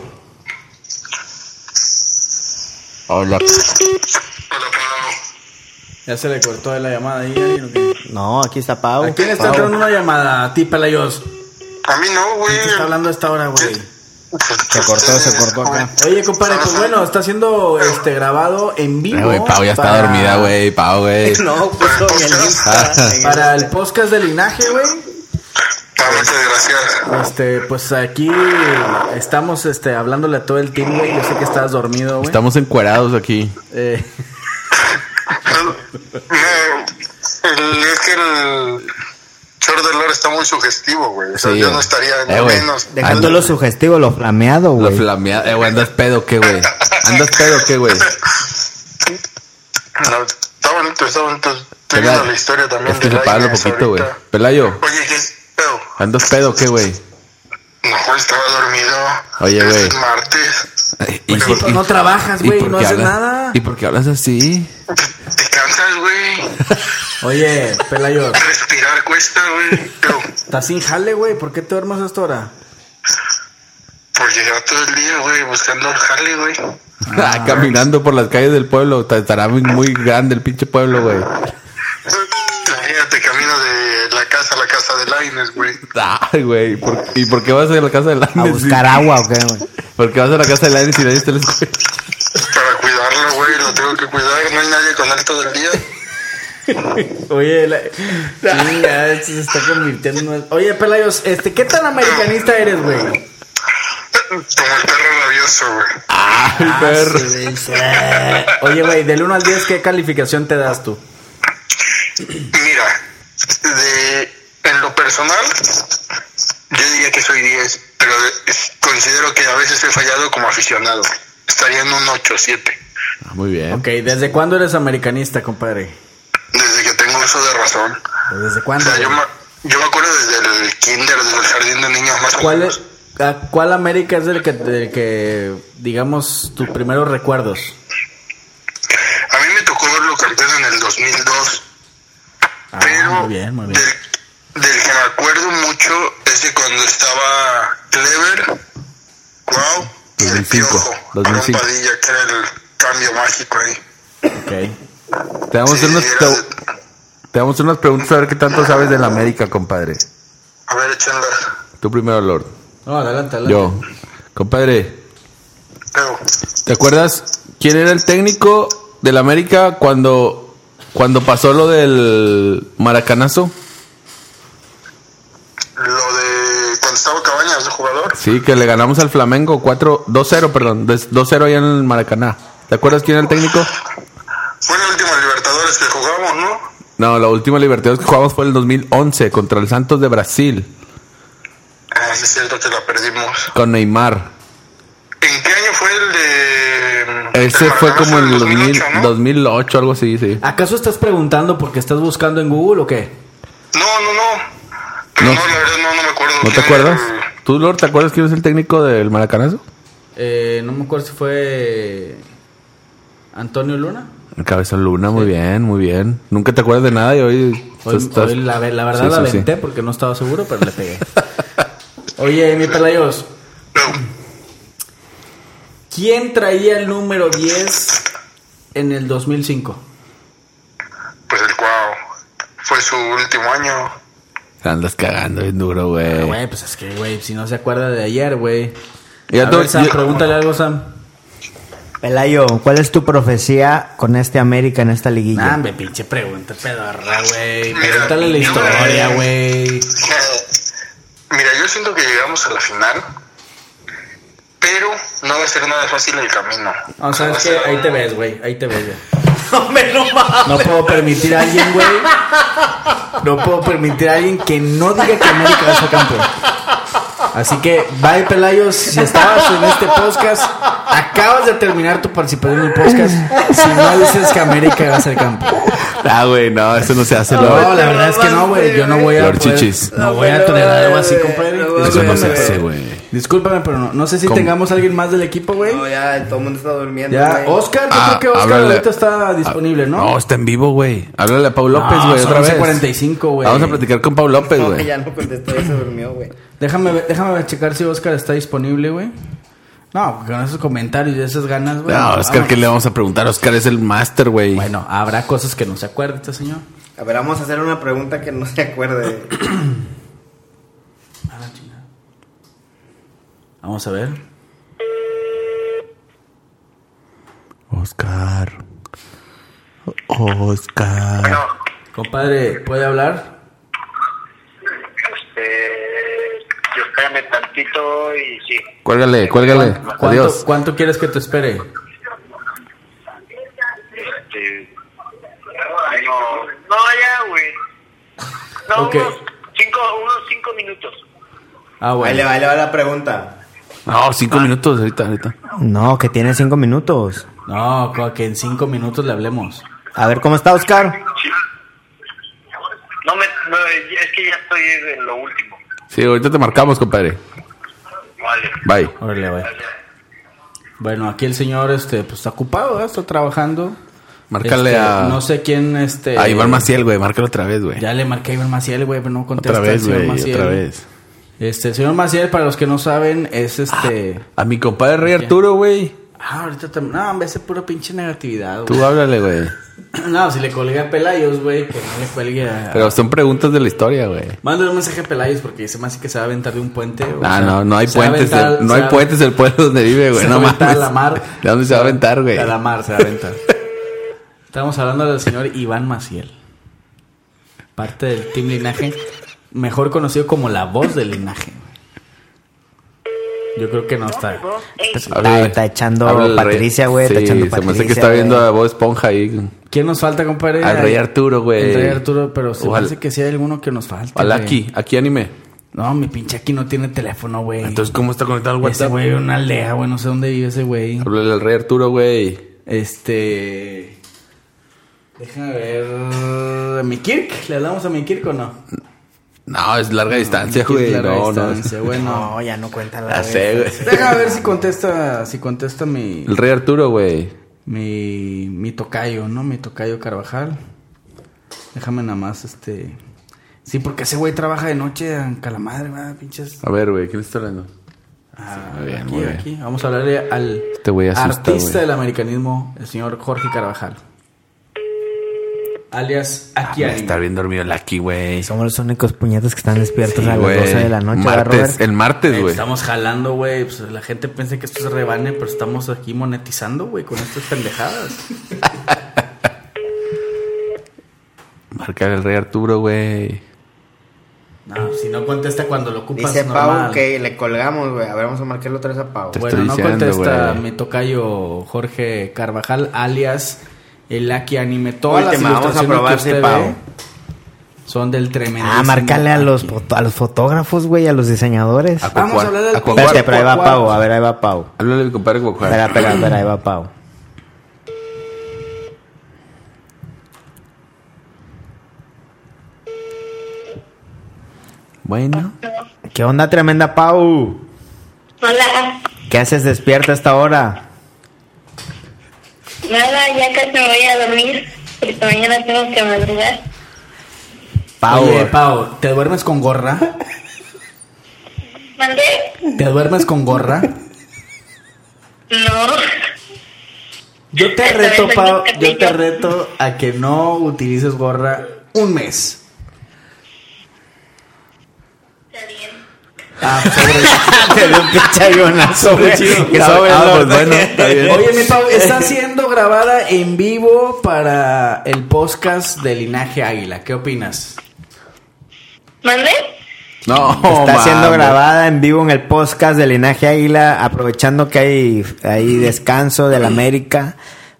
[SPEAKER 4] Hola.
[SPEAKER 7] Hola, Pablo.
[SPEAKER 2] Ya se le cortó la llamada ahí. ahí, ¿o qué?
[SPEAKER 3] No, aquí está Pau.
[SPEAKER 2] ¿A quién está
[SPEAKER 3] Pau.
[SPEAKER 2] entrando una llamada? A ti, Pelayos.
[SPEAKER 7] A mí no, güey.
[SPEAKER 2] ¿Quién te está hablando a esta hora, güey?
[SPEAKER 3] Se cortó, se cortó acá.
[SPEAKER 2] Oye, compadre, pues bueno, está siendo este grabado en vivo.
[SPEAKER 4] Eh, güey, Pau ya está
[SPEAKER 2] para-
[SPEAKER 4] dormida, güey, Pau, güey.
[SPEAKER 3] [laughs] No,
[SPEAKER 7] Pues,
[SPEAKER 4] Ah,
[SPEAKER 3] puso en el Insta. en el-
[SPEAKER 2] Para el podcast de linaje, güey.
[SPEAKER 7] Pablo, Ah, muchas gracias.
[SPEAKER 2] Este, pues aquí estamos este hablándole a todo el team, güey. Yo sé que estás dormido, güey.
[SPEAKER 4] Estamos encuerados aquí.
[SPEAKER 2] Eh,
[SPEAKER 7] No, el- Eh, es que el short de Laura está muy sugestivo, güey. O sea,
[SPEAKER 4] Sí,
[SPEAKER 7] yo no
[SPEAKER 4] güey.
[SPEAKER 7] estaría
[SPEAKER 4] Eh,
[SPEAKER 7] no
[SPEAKER 4] güey.
[SPEAKER 7] menos.
[SPEAKER 3] Dejando lo sugestivo, lo flameado,
[SPEAKER 4] Lo
[SPEAKER 3] güey.
[SPEAKER 4] flamea. Eh, güey, andas pedo, ¿qué, güey? Andas pedo, ¿qué, güey?
[SPEAKER 7] No, está bonito, está bonito. Estoy
[SPEAKER 4] Pela-
[SPEAKER 7] viendo la historia también
[SPEAKER 4] Es que
[SPEAKER 7] de
[SPEAKER 4] se paga lo
[SPEAKER 7] Lightness
[SPEAKER 4] este poquito, güey.
[SPEAKER 7] ahorita.
[SPEAKER 4] Pelayo,
[SPEAKER 7] Oye, ¿qué es pedo?
[SPEAKER 4] andas pedo, ¿qué, güey?
[SPEAKER 7] No, güey, estaba dormido.
[SPEAKER 4] Oye,
[SPEAKER 7] Es
[SPEAKER 4] güey.
[SPEAKER 7] martes.
[SPEAKER 4] ¿Y,
[SPEAKER 7] Pero
[SPEAKER 4] por-
[SPEAKER 2] pues no trabajas,
[SPEAKER 4] y
[SPEAKER 2] güey,
[SPEAKER 4] por
[SPEAKER 2] no
[SPEAKER 4] qué
[SPEAKER 2] haces
[SPEAKER 4] hablas-
[SPEAKER 2] nada.
[SPEAKER 4] ¿Y por qué hablas así?
[SPEAKER 7] Te cansas, güey.
[SPEAKER 2] Oye, Pelayos,
[SPEAKER 7] Respirar cuesta, güey. Pero
[SPEAKER 2] estás sin jale, güey. ¿Por qué te duermes a esta hora?
[SPEAKER 7] por llegar pues, todo el día, güey, buscando al jale, güey.
[SPEAKER 4] Ah, [laughs] caminando por las calles del pueblo. ta- Estará muy, muy grande el pinche pueblo, güey.
[SPEAKER 7] Imagínate, camino de la casa a la casa de Laines, güey.
[SPEAKER 4] Ay, güey. ¿por- ¿Y por qué vas a la casa de Lanes?
[SPEAKER 3] A buscar agua, ¿o qué, güey?
[SPEAKER 4] ¿Por qué vas a la casa de Lanes y Lanes te los-
[SPEAKER 7] Para cuidarlo, güey, lo tengo que cuidar. No hay nadie con él todo el día.
[SPEAKER 2] Oye, la... Chinga, esto se está convirtiendo en... una- Oye, Pelayos, este, ¿qué tan americanista eres, güey?
[SPEAKER 7] Como el perro rabioso, güey.
[SPEAKER 4] Ay, perro.
[SPEAKER 2] Oye, güey, del 1 al 10, ¿qué calificación te das tú?
[SPEAKER 7] Mira, de, en lo personal, yo diría que soy 10, pero es- considero que a veces he fallado como aficionado. Estaría en un 8, 7.
[SPEAKER 4] Ah, Muy
[SPEAKER 3] ¿Eh?
[SPEAKER 4] bien.
[SPEAKER 2] Ok, ¿desde cuándo eres americanista, compadre?
[SPEAKER 7] Desde que tengo uso de razón.
[SPEAKER 2] ¿Desde
[SPEAKER 7] O
[SPEAKER 2] cuándo?
[SPEAKER 7] sea, yo
[SPEAKER 2] güey?
[SPEAKER 7] me, yo me acuerdo desde el kinder, desde el jardín de niños más
[SPEAKER 2] ¿Cuál
[SPEAKER 7] pequeños.
[SPEAKER 2] es, a cuál América es del que, del que, digamos, tus primeros recuerdos?
[SPEAKER 7] A mí me tocó verlo campeón en el 2002.
[SPEAKER 2] Ah,
[SPEAKER 7] pero
[SPEAKER 2] muy bien, muy bien.
[SPEAKER 7] Del, del que me acuerdo mucho es de cuando estaba Clever, Wow y el
[SPEAKER 4] 2005,
[SPEAKER 7] Piojo.
[SPEAKER 4] 2005.
[SPEAKER 7] Aarón Padilla, que era el cambio mágico ahí.
[SPEAKER 2] Ok.
[SPEAKER 4] Te vamos a hacer
[SPEAKER 7] Sí,
[SPEAKER 4] unas,
[SPEAKER 7] era
[SPEAKER 4] te,
[SPEAKER 7] de-
[SPEAKER 4] te vamos a hacer unas preguntas a ver qué tanto sabes de la América, compadre.
[SPEAKER 7] A ver, échenla.
[SPEAKER 4] Tú primero, Lord.
[SPEAKER 2] No, adelante, adelante.
[SPEAKER 4] Yo. Compadre,
[SPEAKER 7] Pero,
[SPEAKER 4] ¿te acuerdas quién era el técnico de la América cuando, cuando pasó lo del maracanazo?
[SPEAKER 7] lo de cuando estaba Cabañas de jugador,
[SPEAKER 4] Sí, que le ganamos al Flamengo 4 2-0, perdón, des- 2-0 allá en el Maracaná. ¿Te acuerdas quién era el técnico?
[SPEAKER 7] fue la última Libertadores que jugamos, ¿no?
[SPEAKER 4] No, la última Libertadores que jugamos fue en el 2011 contra el Santos de Brasil.
[SPEAKER 7] Ah, Ah, sí, es cierto que la perdimos.
[SPEAKER 4] Con Neymar.
[SPEAKER 7] ¿En qué año fue el de. mm,
[SPEAKER 4] Ese
[SPEAKER 7] el
[SPEAKER 4] fue como en el
[SPEAKER 7] Maradona?
[SPEAKER 4] 2000,
[SPEAKER 7] 2008, ¿no?
[SPEAKER 4] 2008, algo así, sí.
[SPEAKER 2] ¿Acaso estás preguntando porque estás buscando en Google o qué?
[SPEAKER 7] No, no, no.
[SPEAKER 4] No.
[SPEAKER 7] Pero no, la verdad no, no me acuerdo.
[SPEAKER 4] ¿No te
[SPEAKER 7] quién era
[SPEAKER 4] acuerdas?
[SPEAKER 7] el-
[SPEAKER 4] ¿Tú, Lord, te acuerdas quién es el técnico del Maracanazo?
[SPEAKER 2] Eh, no me acuerdo si fue Antonio Luna.
[SPEAKER 4] El Cabezón Luna, muy bien, muy bien. Nunca te acuerdas de nada y hoy...
[SPEAKER 2] Hoy-
[SPEAKER 4] estás-
[SPEAKER 2] hoy la, ve- la verdad
[SPEAKER 4] Sí,
[SPEAKER 2] la
[SPEAKER 4] sí, sí.
[SPEAKER 2] aventé porque no estaba seguro, pero le pegué. [laughs] Oye, mi pelayos,
[SPEAKER 7] No.
[SPEAKER 2] ¿quién traía el número 10 en el 2005?
[SPEAKER 7] Pues el Cuau. Fue su último año. [laughs]
[SPEAKER 4] Andas cagando bien duro, güey.
[SPEAKER 2] Güey, pues es que, güey, si no se acuerda de ayer, güey.
[SPEAKER 4] Ya
[SPEAKER 2] A
[SPEAKER 4] tú-
[SPEAKER 2] ver, Sam,
[SPEAKER 4] ya-
[SPEAKER 2] pregúntale algo, Sam.
[SPEAKER 3] Pelayo, ¿cuál es tu profecía con este América en esta liguilla?
[SPEAKER 2] Ah, me pinche pregunta, pedorra, güey.
[SPEAKER 7] Mira,
[SPEAKER 2] Pregúntale la
[SPEAKER 7] yo-
[SPEAKER 2] historia, güey.
[SPEAKER 7] Mira, yo siento que llegamos a la final. Pero no va a ser nada fácil el camino.
[SPEAKER 2] O sea, es que Ah, ahí te ves, güey. Ahí te ves, güey. [laughs]
[SPEAKER 3] Hombre, no mames.
[SPEAKER 2] No puedo permitir a alguien, güey. No puedo permitir a alguien que no diga que América va a ser campeón. Así que, bye, Pelayos. Si estabas en este podcast, acabas de terminar tu participación en el podcast. Si no dices que América va a ser campeón.
[SPEAKER 4] Ah, güey, no, eso no se hace,
[SPEAKER 2] No,
[SPEAKER 4] Lord.
[SPEAKER 2] la verdad es que no, güey. Yo no voy a.
[SPEAKER 4] Lord
[SPEAKER 2] poder-
[SPEAKER 4] Chichis.
[SPEAKER 2] No voy a tolerar algo así, compadre.
[SPEAKER 4] Eso no
[SPEAKER 2] Discúlpame,
[SPEAKER 4] se
[SPEAKER 2] pero-
[SPEAKER 4] hace, güey.
[SPEAKER 2] Discúlpame, pero no. No sé si
[SPEAKER 4] ¿Cómo?
[SPEAKER 2] tengamos a alguien más del equipo, güey.
[SPEAKER 9] No, ya, todo el mundo está durmiendo.
[SPEAKER 2] Ya, oh,
[SPEAKER 9] güey.
[SPEAKER 2] Oscar, yo creo que Oscar
[SPEAKER 4] Ah, háblale- Ah,
[SPEAKER 2] ahorita está disponible, ¿no?
[SPEAKER 4] No, está en vivo, güey. Háblale a Pau López,
[SPEAKER 2] No,
[SPEAKER 4] güey,
[SPEAKER 2] son
[SPEAKER 4] otra vez.
[SPEAKER 2] 11:45, güey.
[SPEAKER 4] Vamos a platicar con Pau López,
[SPEAKER 9] No,
[SPEAKER 4] güey.
[SPEAKER 9] ya no contestó, ya se durmió, güey.
[SPEAKER 2] Déjame, ver- déjame ver, checar si Oscar está disponible, güey. No, con esos comentarios y esas ganas, güey.
[SPEAKER 4] No, Oscar,
[SPEAKER 2] vámonos.
[SPEAKER 4] ¿qué le vamos a preguntar? Oscar es el máster, güey.
[SPEAKER 2] Bueno, habrá cosas que no se acuerde este señor.
[SPEAKER 9] A ver, vamos a hacer una pregunta que no se acuerde.
[SPEAKER 2] A la chingada. Vamos a ver.
[SPEAKER 4] Oscar. Oscar.
[SPEAKER 7] No,
[SPEAKER 2] Compadre, ¿puede hablar?
[SPEAKER 7] este. Yo espérame tantito y sí.
[SPEAKER 4] Cuélgale, cuélgale.
[SPEAKER 2] ¿Cuánto,
[SPEAKER 4] Adiós.
[SPEAKER 2] ¿Cuánto quieres que te espere?
[SPEAKER 7] Este. No, ya, güey.
[SPEAKER 2] No, Ok. unos
[SPEAKER 7] cinco, unos cinco minutos.
[SPEAKER 2] Ah,
[SPEAKER 9] Ahí le
[SPEAKER 2] bueno.
[SPEAKER 9] va, ahí le va la pregunta.
[SPEAKER 4] No, cinco minutos ahorita, ahorita.
[SPEAKER 3] No, que tiene cinco minutos.
[SPEAKER 2] No, co- que en cinco minutos le hablemos.
[SPEAKER 3] A ver, ¿cómo está Oscar?
[SPEAKER 7] No me, no, es que ya estoy en lo último.
[SPEAKER 4] Sí, ahorita te marcamos, compadre.
[SPEAKER 7] Vale.
[SPEAKER 4] Bye.
[SPEAKER 2] Órale, güey. Bueno, aquí el señor, este, pues está ocupado, ¿verdad? está trabajando.
[SPEAKER 4] Márcale
[SPEAKER 2] Este,
[SPEAKER 4] a.
[SPEAKER 2] No sé quién, este.
[SPEAKER 4] A Iván Maciel, güey. Márcalo otra vez, güey.
[SPEAKER 2] Ya le marqué a Iván Maciel, güey, pero no contesta
[SPEAKER 4] Otra
[SPEAKER 2] el
[SPEAKER 4] vez,
[SPEAKER 2] señor
[SPEAKER 4] güey.
[SPEAKER 2] Maciel.
[SPEAKER 4] Otra vez. Ah.
[SPEAKER 2] Este, el señor Maciel, para los que no saben, es este.
[SPEAKER 4] A mi compadre Rey Arturo, güey.
[SPEAKER 2] Ah, ahorita también. No, hombre, ese pura pinche negatividad, güey.
[SPEAKER 4] Tú háblale, güey.
[SPEAKER 2] [clears throat] No, si le colgué a Pelayos, güey, que no le cuelgue a.
[SPEAKER 4] Pero son preguntas de la historia, güey.
[SPEAKER 2] Mándale un mensaje a Pelayos porque se me hace que se va a aventar de un puente. o
[SPEAKER 4] Ah,
[SPEAKER 2] sea,
[SPEAKER 4] no, no hay
[SPEAKER 2] se va a
[SPEAKER 4] puentes.
[SPEAKER 2] aventar-
[SPEAKER 4] el- no
[SPEAKER 2] se
[SPEAKER 4] hay
[SPEAKER 2] va-
[SPEAKER 4] puentes el pueblo donde vive, güey.
[SPEAKER 2] se va
[SPEAKER 4] No
[SPEAKER 2] a aventar
[SPEAKER 4] mames.
[SPEAKER 2] a la mar.
[SPEAKER 4] ¿De dónde se va a aventar, güey?
[SPEAKER 2] A la mar se va a aventar. Estamos hablando del señor Iván Maciel. Parte del Team Linaje, mejor conocido como la voz del linaje. Yo creo que no está.
[SPEAKER 3] Está, está echando
[SPEAKER 4] Háblale al rey.
[SPEAKER 3] Patricia, güey. está
[SPEAKER 4] Sí,
[SPEAKER 3] echando
[SPEAKER 4] Se me
[SPEAKER 3] Patricia.
[SPEAKER 4] hace que está
[SPEAKER 3] güey.
[SPEAKER 4] viendo a Bob Esponja ahí.
[SPEAKER 2] ¿Quién nos falta, compadre?
[SPEAKER 4] Al Rey Arturo, güey.
[SPEAKER 2] El Rey Arturo, pero se
[SPEAKER 4] Ojalá.
[SPEAKER 2] parece que sí hay alguno que nos falta.
[SPEAKER 4] Hola,
[SPEAKER 2] güey.
[SPEAKER 4] aquí. Aquí anime.
[SPEAKER 2] No, mi pinche aquí no tiene teléfono, güey.
[SPEAKER 4] Entonces, ¿cómo está conectado el
[SPEAKER 2] ese
[SPEAKER 4] WhatsApp?
[SPEAKER 2] güey vive en una aldea, güey. No sé dónde vive ese güey.
[SPEAKER 4] Háblale al Rey Arturo, güey.
[SPEAKER 2] Este. Déjame ver. ¿Mi Kirk? ¿Le hablamos a mi Kirk o no?
[SPEAKER 4] No, es larga distancia,
[SPEAKER 2] Mikirk,
[SPEAKER 4] güey.
[SPEAKER 2] larga
[SPEAKER 4] No, no.
[SPEAKER 2] distancia,
[SPEAKER 4] [laughs]
[SPEAKER 2] Bueno.
[SPEAKER 3] No, ya no cuenta la
[SPEAKER 4] La
[SPEAKER 3] vez.
[SPEAKER 4] sé, güey.
[SPEAKER 2] Déjame ver si contesta. Si contesta mi.
[SPEAKER 4] El Rey Arturo, güey.
[SPEAKER 2] Mi. Mi tocayo, ¿no? Mi tocayo Carvajal. Déjame nada más, este. Sí, porque ese güey trabaja de noche en Calamadre, ¿verdad? Pinches.
[SPEAKER 4] A ver, güey. ¿Quién está hablando?
[SPEAKER 2] Ah,
[SPEAKER 4] Muy bien,
[SPEAKER 2] aquí,
[SPEAKER 4] muy bien.
[SPEAKER 2] aquí. Vamos a hablarle al
[SPEAKER 4] Este güey asusta,
[SPEAKER 2] artista
[SPEAKER 4] güey.
[SPEAKER 2] del americanismo, el señor Jorge Carvajal. Alias aquí
[SPEAKER 4] Ah, Está bien dormido el Aki, güey.
[SPEAKER 3] Somos los únicos puñetas que están despiertos a las
[SPEAKER 4] güey.
[SPEAKER 3] 12 de la noche, ¿verdad,
[SPEAKER 4] Martes,
[SPEAKER 3] Robert?
[SPEAKER 4] el martes, güey.
[SPEAKER 2] Estamos jalando, güey. Pues, la gente piensa que esto es rebane, pero estamos aquí monetizando, güey, con estas pendejadas.
[SPEAKER 4] Marcar el Rey Arturo, güey.
[SPEAKER 2] No, si no contesta cuando lo ocupas,
[SPEAKER 9] Dice
[SPEAKER 2] normal.
[SPEAKER 9] Pau que le colgamos, güey. A ver, vamos a marcarlo otra vez a Pau.
[SPEAKER 4] Te
[SPEAKER 2] Bueno, no
[SPEAKER 4] estoy diciendo,
[SPEAKER 2] contesta
[SPEAKER 4] güey.
[SPEAKER 2] mi tocayo Jorge Carvajal, alias el Aki Anime. Todas
[SPEAKER 9] Última,
[SPEAKER 2] las
[SPEAKER 9] vamos a
[SPEAKER 2] ilustraciones
[SPEAKER 9] probar
[SPEAKER 2] que
[SPEAKER 9] si
[SPEAKER 2] usted
[SPEAKER 9] Pau.
[SPEAKER 2] ve Son del tremendo.
[SPEAKER 3] Ah, marcarle a los, foto- a los fotógrafos, güey, a los diseñadores.
[SPEAKER 4] A cu-
[SPEAKER 2] Vamos a hablar del
[SPEAKER 4] A cu-
[SPEAKER 3] Espérate, pero ahí va
[SPEAKER 2] Cuau.
[SPEAKER 3] Pau, a ver, ahí va Pau.
[SPEAKER 4] Háblale a mi compadre Guacuar.
[SPEAKER 3] Espera, espera, espera, ahí va Pau.
[SPEAKER 2] Bueno.
[SPEAKER 3] ¿Qué onda, tremenda Pau?
[SPEAKER 5] Hola.
[SPEAKER 3] ¿Qué haces despierta a esta hora? [laughs]
[SPEAKER 5] Nada, ya casi me voy a dormir. Porque mañana tengo que madrugar.
[SPEAKER 3] Pau.
[SPEAKER 2] Oye, Pau, ¿te duermes con gorra?
[SPEAKER 5] ¿Mandé?
[SPEAKER 2] ¿Te duermes con gorra?
[SPEAKER 5] No.
[SPEAKER 2] Yo te
[SPEAKER 5] Esta
[SPEAKER 2] reto,
[SPEAKER 5] vez soy
[SPEAKER 2] Pau,
[SPEAKER 5] más
[SPEAKER 2] yo te
[SPEAKER 5] pequeño.
[SPEAKER 2] reto a que no utilices gorra un mes.
[SPEAKER 5] Está bien.
[SPEAKER 2] Ah, sobre.
[SPEAKER 3] Te dio un pinche avionazo, güey.
[SPEAKER 2] chido.
[SPEAKER 3] Que sobre
[SPEAKER 4] Ah,
[SPEAKER 3] el
[SPEAKER 4] pues
[SPEAKER 3] norte.
[SPEAKER 4] bueno, está bien.
[SPEAKER 2] Oye, mi Pau, [laughs] está siendo grabada en vivo para el podcast de Linaje Águila. ¿Qué opinas?
[SPEAKER 5] ¿Mandé?
[SPEAKER 4] No,
[SPEAKER 3] Está
[SPEAKER 4] Oh, mames.
[SPEAKER 3] siendo grabada en vivo en el podcast de Linaje Águila, aprovechando que hay, hay descanso del América,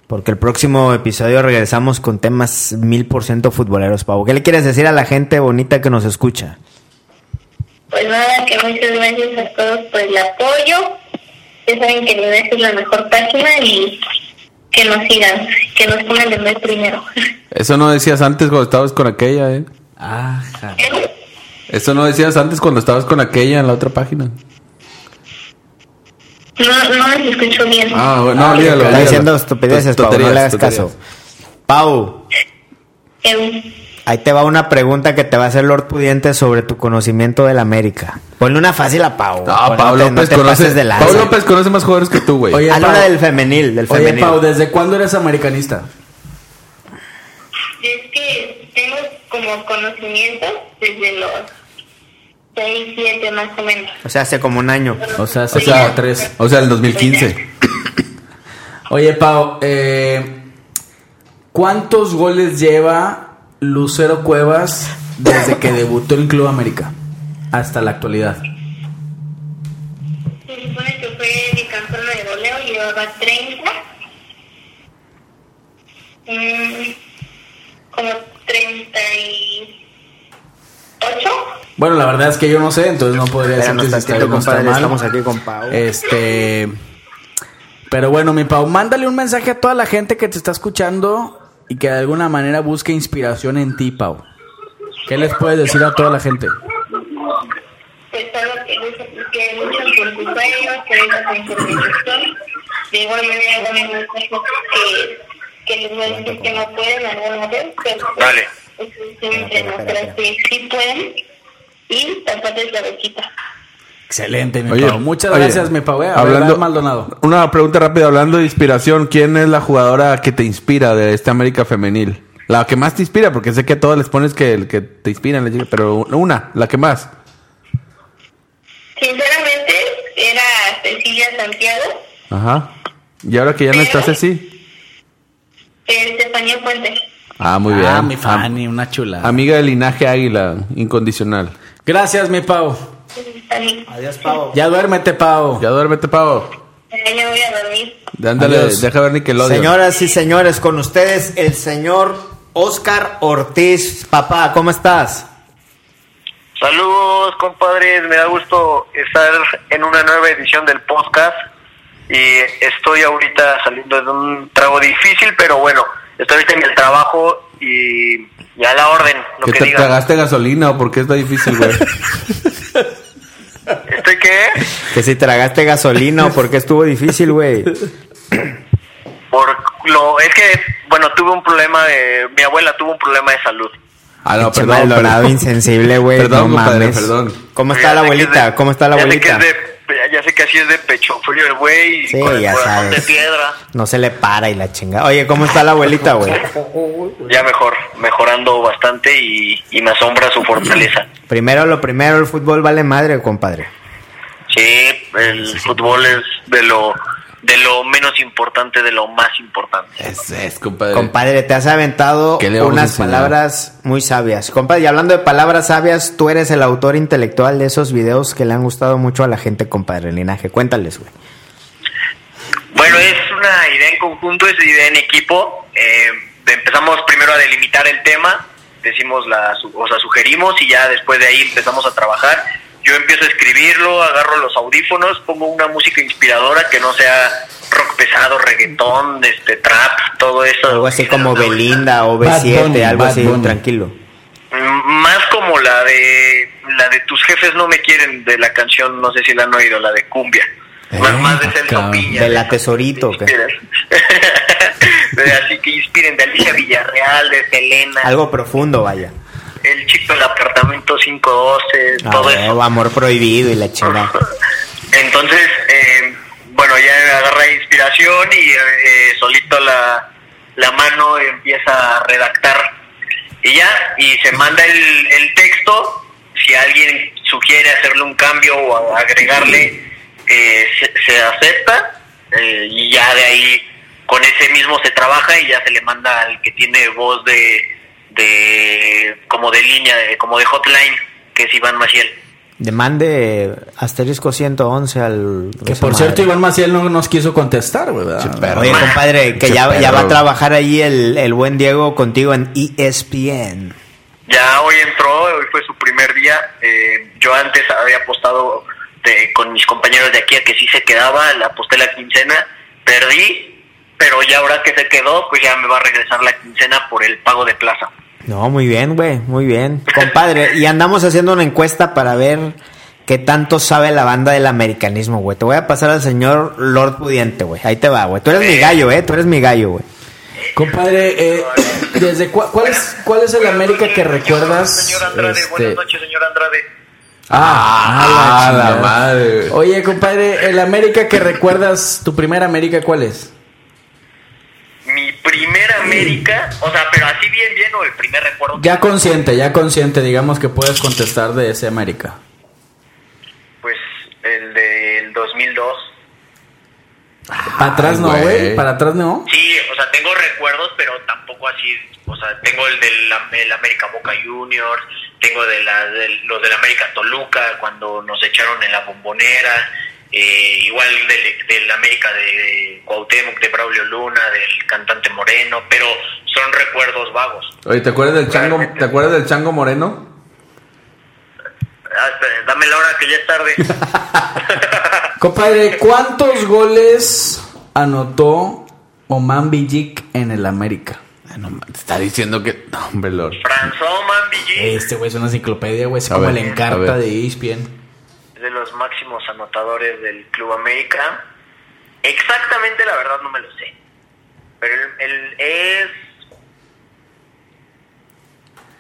[SPEAKER 3] porque el próximo episodio regresamos con temas mil por ciento futboleros, Pau. ¿Qué le quieres decir a la gente bonita que nos escucha?
[SPEAKER 5] Pues nada, que muchas gracias a todos por el apoyo. Ya saben que Linaje es la mejor página y que nos sigan, que nos pongan de ver primero. [laughs]
[SPEAKER 4] Eso no decías antes cuando estabas con aquella, eh.
[SPEAKER 2] Ajá.
[SPEAKER 4] Eso no decías antes cuando estabas con aquella en la otra página.
[SPEAKER 5] No, no les escucho bien.
[SPEAKER 4] Ah, bueno, no, olvídalo.
[SPEAKER 3] Está
[SPEAKER 4] olvídalo.
[SPEAKER 3] diciendo estupideces,
[SPEAKER 4] Tot-
[SPEAKER 3] Pau, no le hagas
[SPEAKER 4] tonterías,
[SPEAKER 3] caso. Pau,
[SPEAKER 5] Eh,
[SPEAKER 3] ahí te va una pregunta que te va a hacer Lord Pudiente sobre tu conocimiento del América. Ponle una fácil a Pau.
[SPEAKER 4] No,
[SPEAKER 3] Pau,
[SPEAKER 4] Pablo
[SPEAKER 3] no te- no
[SPEAKER 4] López
[SPEAKER 3] te
[SPEAKER 4] conoce.
[SPEAKER 3] pases de lanza.
[SPEAKER 4] Pau López conoce más jugadores que tú, güey.
[SPEAKER 2] Oye,
[SPEAKER 3] Habla
[SPEAKER 2] Pau.
[SPEAKER 3] del femenil, del
[SPEAKER 2] Oye,
[SPEAKER 3] femenil.
[SPEAKER 2] Pau, ¿desde cuándo eres americanista?
[SPEAKER 5] es que tengo como conocimiento desde los 6, 7 más o menos.
[SPEAKER 3] o sea, hace como un año.
[SPEAKER 2] O sea, hace
[SPEAKER 4] o sea,
[SPEAKER 2] como tres.
[SPEAKER 4] O sea, el 2015.
[SPEAKER 2] Oye, Pau, eh, ¿cuántos goles lleva Lucero Cuevas desde que debutó en Club América hasta la actualidad?
[SPEAKER 5] Se supone que fue bicampeona de goleo, llevaba 30. Mm, como 38.
[SPEAKER 2] Bueno, la verdad es que yo no sé, entonces no podría
[SPEAKER 3] Espéranos
[SPEAKER 2] decirte si está
[SPEAKER 3] tantito,
[SPEAKER 2] bien o está
[SPEAKER 3] compadre,
[SPEAKER 2] mal.
[SPEAKER 3] estamos aquí con Pau.
[SPEAKER 2] Este. Pero bueno, mi Pau, mándale un mensaje a toda la gente que te está escuchando y que de alguna manera busque inspiración en ti, Pau. ¿Qué les puedes decir a toda la gente?
[SPEAKER 5] Pues solo que, lucha- que luchan por sus sueños, que luchan por su ilusión. De igual manera, también muchas cosas que, que les voy a decir que no pueden alguna vez, pero pues,
[SPEAKER 8] Vale.
[SPEAKER 5] es cuestión de demostrar que sí pueden y taparles la boquita.
[SPEAKER 2] Excelente, mi
[SPEAKER 4] Oye,
[SPEAKER 2] Pau. Muchas
[SPEAKER 4] oye,
[SPEAKER 2] gracias, mi Pau. Eh, hablando
[SPEAKER 4] hablando
[SPEAKER 2] Maldonado.
[SPEAKER 4] Una pregunta rápida, hablando de inspiración, ¿quién es la jugadora que te inspira de esta América femenil? La que más te inspira, porque sé que a todas les pones que el que te inspiran, les llega, pero una, la que más.
[SPEAKER 5] Sinceramente, era Cecilia Santiago,
[SPEAKER 4] Ajá. Y ahora que ya no estás así.
[SPEAKER 5] eh, Estefanía Fuente.
[SPEAKER 4] Ah, muy bien.
[SPEAKER 2] Ah, mi
[SPEAKER 4] Am-
[SPEAKER 2] Fanny, una chula.
[SPEAKER 4] amiga del linaje águila, incondicional.
[SPEAKER 2] Gracias, mi Pau.
[SPEAKER 5] También.
[SPEAKER 9] Adiós, Pau.
[SPEAKER 2] Ya duérmete, Pau.
[SPEAKER 4] Ya duérmete, Pavo.
[SPEAKER 5] Eh, Ya voy a dormir.
[SPEAKER 4] Ándale,
[SPEAKER 2] Adiós.
[SPEAKER 4] deja ver Nickelodeon.
[SPEAKER 3] Señoras y señores, con ustedes el señor Oscar Ortiz. Papá, ¿cómo estás?
[SPEAKER 7] Saludos, compadres. Me da gusto estar en una nueva edición del podcast. Y estoy ahorita saliendo de un trago difícil, pero bueno, estoy ahorita en el trabajo y, y a la orden, lo
[SPEAKER 4] ¿Que
[SPEAKER 7] que,
[SPEAKER 4] te
[SPEAKER 7] digan.
[SPEAKER 4] tragaste gasolina o por qué está
[SPEAKER 2] [laughs]
[SPEAKER 4] difícil, güey?
[SPEAKER 7] ¿Estoy qué?
[SPEAKER 3] Que si tragaste gasolina, porque estuvo difícil, güey.
[SPEAKER 7] Por lo, es que, bueno, tuve un problema de. Mi abuela tuvo un problema de salud.
[SPEAKER 4] Ah, no,
[SPEAKER 3] Pinche
[SPEAKER 4] perdón,
[SPEAKER 3] Maldonado
[SPEAKER 4] perdón.
[SPEAKER 3] insensible, güey.
[SPEAKER 4] Perdón,
[SPEAKER 3] no
[SPEAKER 4] compadre,
[SPEAKER 3] mames.
[SPEAKER 4] perdón.
[SPEAKER 3] ¿Cómo
[SPEAKER 7] Ya
[SPEAKER 3] está la
[SPEAKER 7] sé que es
[SPEAKER 3] abuelita?
[SPEAKER 7] de-
[SPEAKER 3] ¿Cómo está la
[SPEAKER 7] ya sé que es
[SPEAKER 3] abuelita?
[SPEAKER 7] de- ya sé que así es de pecho frío el güey y
[SPEAKER 3] Sí,
[SPEAKER 7] con el
[SPEAKER 3] ya
[SPEAKER 7] corazón
[SPEAKER 3] sabes.
[SPEAKER 7] de piedra.
[SPEAKER 3] No se le para y la chinga. Oye, ¿cómo está la abuelita, güey?
[SPEAKER 7] Ya mejor, mejorando bastante y, y me asombra su fortaleza.
[SPEAKER 3] Primero lo primero, el fútbol vale madre, compadre.
[SPEAKER 7] Sí, el fútbol es de lo de lo menos importante, de lo más importante.
[SPEAKER 4] Es, es, compadre.
[SPEAKER 3] Compadre, te has aventado
[SPEAKER 4] ¿Qué le vamos a
[SPEAKER 3] unas
[SPEAKER 4] enseñar?
[SPEAKER 3] palabras muy sabias. Compadre, y hablando de palabras sabias, tú eres el autor intelectual de esos videos que le han gustado mucho a la gente, compadre, el linaje. Cuéntales, güey.
[SPEAKER 7] Bueno, es una idea en conjunto, es idea en equipo. Eh, empezamos primero a delimitar el tema
[SPEAKER 6] decimos la, su- o sea, sugerimos y ya después de ahí empezamos a trabajar. Yo empiezo a escribirlo, agarro los audífonos, pongo una música inspiradora que no sea rock pesado, reggaetón, este trap, todo eso.
[SPEAKER 3] Algo así como
[SPEAKER 6] Ando-
[SPEAKER 3] Belinda o
[SPEAKER 2] Bad
[SPEAKER 3] B7,
[SPEAKER 2] Bunny,
[SPEAKER 3] algo
[SPEAKER 2] Bad
[SPEAKER 3] así,
[SPEAKER 2] Bunny.
[SPEAKER 3] tranquilo.
[SPEAKER 6] Mm, Más como la de la de tus jefes no me quieren de la canción, no sé si la han oído, la de cumbia. Más, más de Celso
[SPEAKER 2] cabrón.
[SPEAKER 6] Piña.
[SPEAKER 3] De la tesorito, ¿o qué?
[SPEAKER 6] [laughs] De así que inspiren de Alicia Villarreal, de Selena,
[SPEAKER 3] Algo profundo, vaya.
[SPEAKER 6] el chico del apartamento 512,
[SPEAKER 3] Ah,
[SPEAKER 6] todo eso.
[SPEAKER 3] huevo, amor prohibido y la chingada.
[SPEAKER 6] Entonces, eh, bueno, ya agarra inspiración y eh, solito la, la mano empieza a redactar. Y ya, y se manda el, el texto. Si alguien sugiere hacerle un cambio o a- agregarle, eh, se, se acepta. eh, y ya de ahí, con ese mismo se trabaja y ya se le manda al que tiene voz de, de como de línea, de- como de hotline, que es Iván Maciel.
[SPEAKER 3] Demande asterisco 111 al...
[SPEAKER 2] Que
[SPEAKER 3] esa
[SPEAKER 2] por
[SPEAKER 3] madre.
[SPEAKER 2] cierto, Iván Maciel no nos quiso contestar, güey. ¿verdad?
[SPEAKER 4] Che, perro.
[SPEAKER 3] Oye, compadre, que
[SPEAKER 4] Che,
[SPEAKER 3] ya, ya
[SPEAKER 4] perro.
[SPEAKER 3] va a trabajar ahí el, el buen Diego contigo en E ESPN.
[SPEAKER 6] Ya hoy entró, hoy fue su primer día. Eh, yo antes había apostado de- con mis compañeros de aquí a que sí se quedaba, la aposté la quincena, perdí, pero ya ahora que se quedó, pues ya me va a regresar la quincena por el pago de plaza.
[SPEAKER 3] No, muy bien, güey, muy bien. Compadre, y andamos haciendo una encuesta para ver qué tanto sabe la banda del americanismo, güey. Te voy a pasar al señor Lord Pudiente, güey. Ahí te va, güey. Tú eres mi gallo, eh. Tú eres mi gallo, güey.
[SPEAKER 2] Compadre, eh, desde cua- cuál, es, ¿cuál es el América que recuerdas?
[SPEAKER 6] Señor Andrade,
[SPEAKER 2] este,
[SPEAKER 6] buenas noches, señor Andrade.
[SPEAKER 2] Ah,
[SPEAKER 4] Ah,
[SPEAKER 2] a la,
[SPEAKER 4] la
[SPEAKER 2] chingada.
[SPEAKER 4] madre.
[SPEAKER 2] Oye, compadre, el América que recuerdas, tu primera América, ¿cuál es?
[SPEAKER 6] Mi primer América, o sea, pero así bien, bien, o el primer recuerdo.
[SPEAKER 2] Ya consciente, ya consciente, digamos que puedes contestar de ese América.
[SPEAKER 6] Pues el del 2002.
[SPEAKER 2] Para atrás no,
[SPEAKER 4] güey.
[SPEAKER 2] güey. Para atrás no.
[SPEAKER 6] Sí, o sea, tengo recuerdos, pero tampoco así. O sea, tengo el del Am- el América Boca Juniors, tengo de la, del- los del América Toluca, cuando nos echaron en la bombonera, eh, igual del, del América de Cuauhtémoc, de Braulio Luna, del cantante Moreno, pero son recuerdos vagos.
[SPEAKER 4] Oye, ¿te acuerdas del chango, ¿te acuerdas del chango moreno?
[SPEAKER 6] Ah, espera, dame la hora que ya es [laughs] tarde.
[SPEAKER 2] Compadre, ¿cuántos goles anotó Oman Villic en el América?
[SPEAKER 4] Ah, no, ma- te está diciendo que. No, hombre, Lord.
[SPEAKER 6] François Mambillé,
[SPEAKER 2] Este güey es una enciclopedia, güey. Es
[SPEAKER 4] A
[SPEAKER 2] como
[SPEAKER 4] ver,
[SPEAKER 2] la
[SPEAKER 4] a
[SPEAKER 2] encarta
[SPEAKER 4] ver.
[SPEAKER 2] de E ESPN.
[SPEAKER 6] de los máximos anotadores del Club América. Exactamente la verdad no me lo sé. Pero él, él es...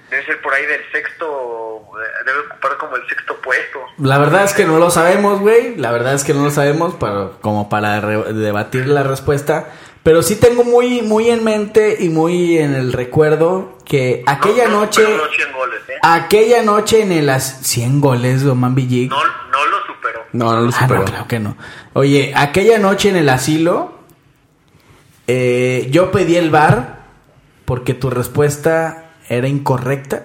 [SPEAKER 6] Debe ser por ahí del sexto... eh, Debe ocupar como el sexto puesto.
[SPEAKER 2] La verdad es que no lo sabemos, güey. La verdad es que no lo sabemos para, como para re- debatir la respuesta. Pero sí tengo muy, muy en mente y muy en el recuerdo que aquella
[SPEAKER 6] No, no,
[SPEAKER 2] noche,
[SPEAKER 6] superó los 100 goles, ¿eh?
[SPEAKER 2] aquella noche en el as- 100 goles de Oman Villic.
[SPEAKER 6] No, no lo superó.
[SPEAKER 4] No, no lo
[SPEAKER 2] Ah,
[SPEAKER 4] superó.
[SPEAKER 2] no, claro que no. Oye, aquella noche en el asilo, eh, yo pedí el bar porque tu respuesta era incorrecta.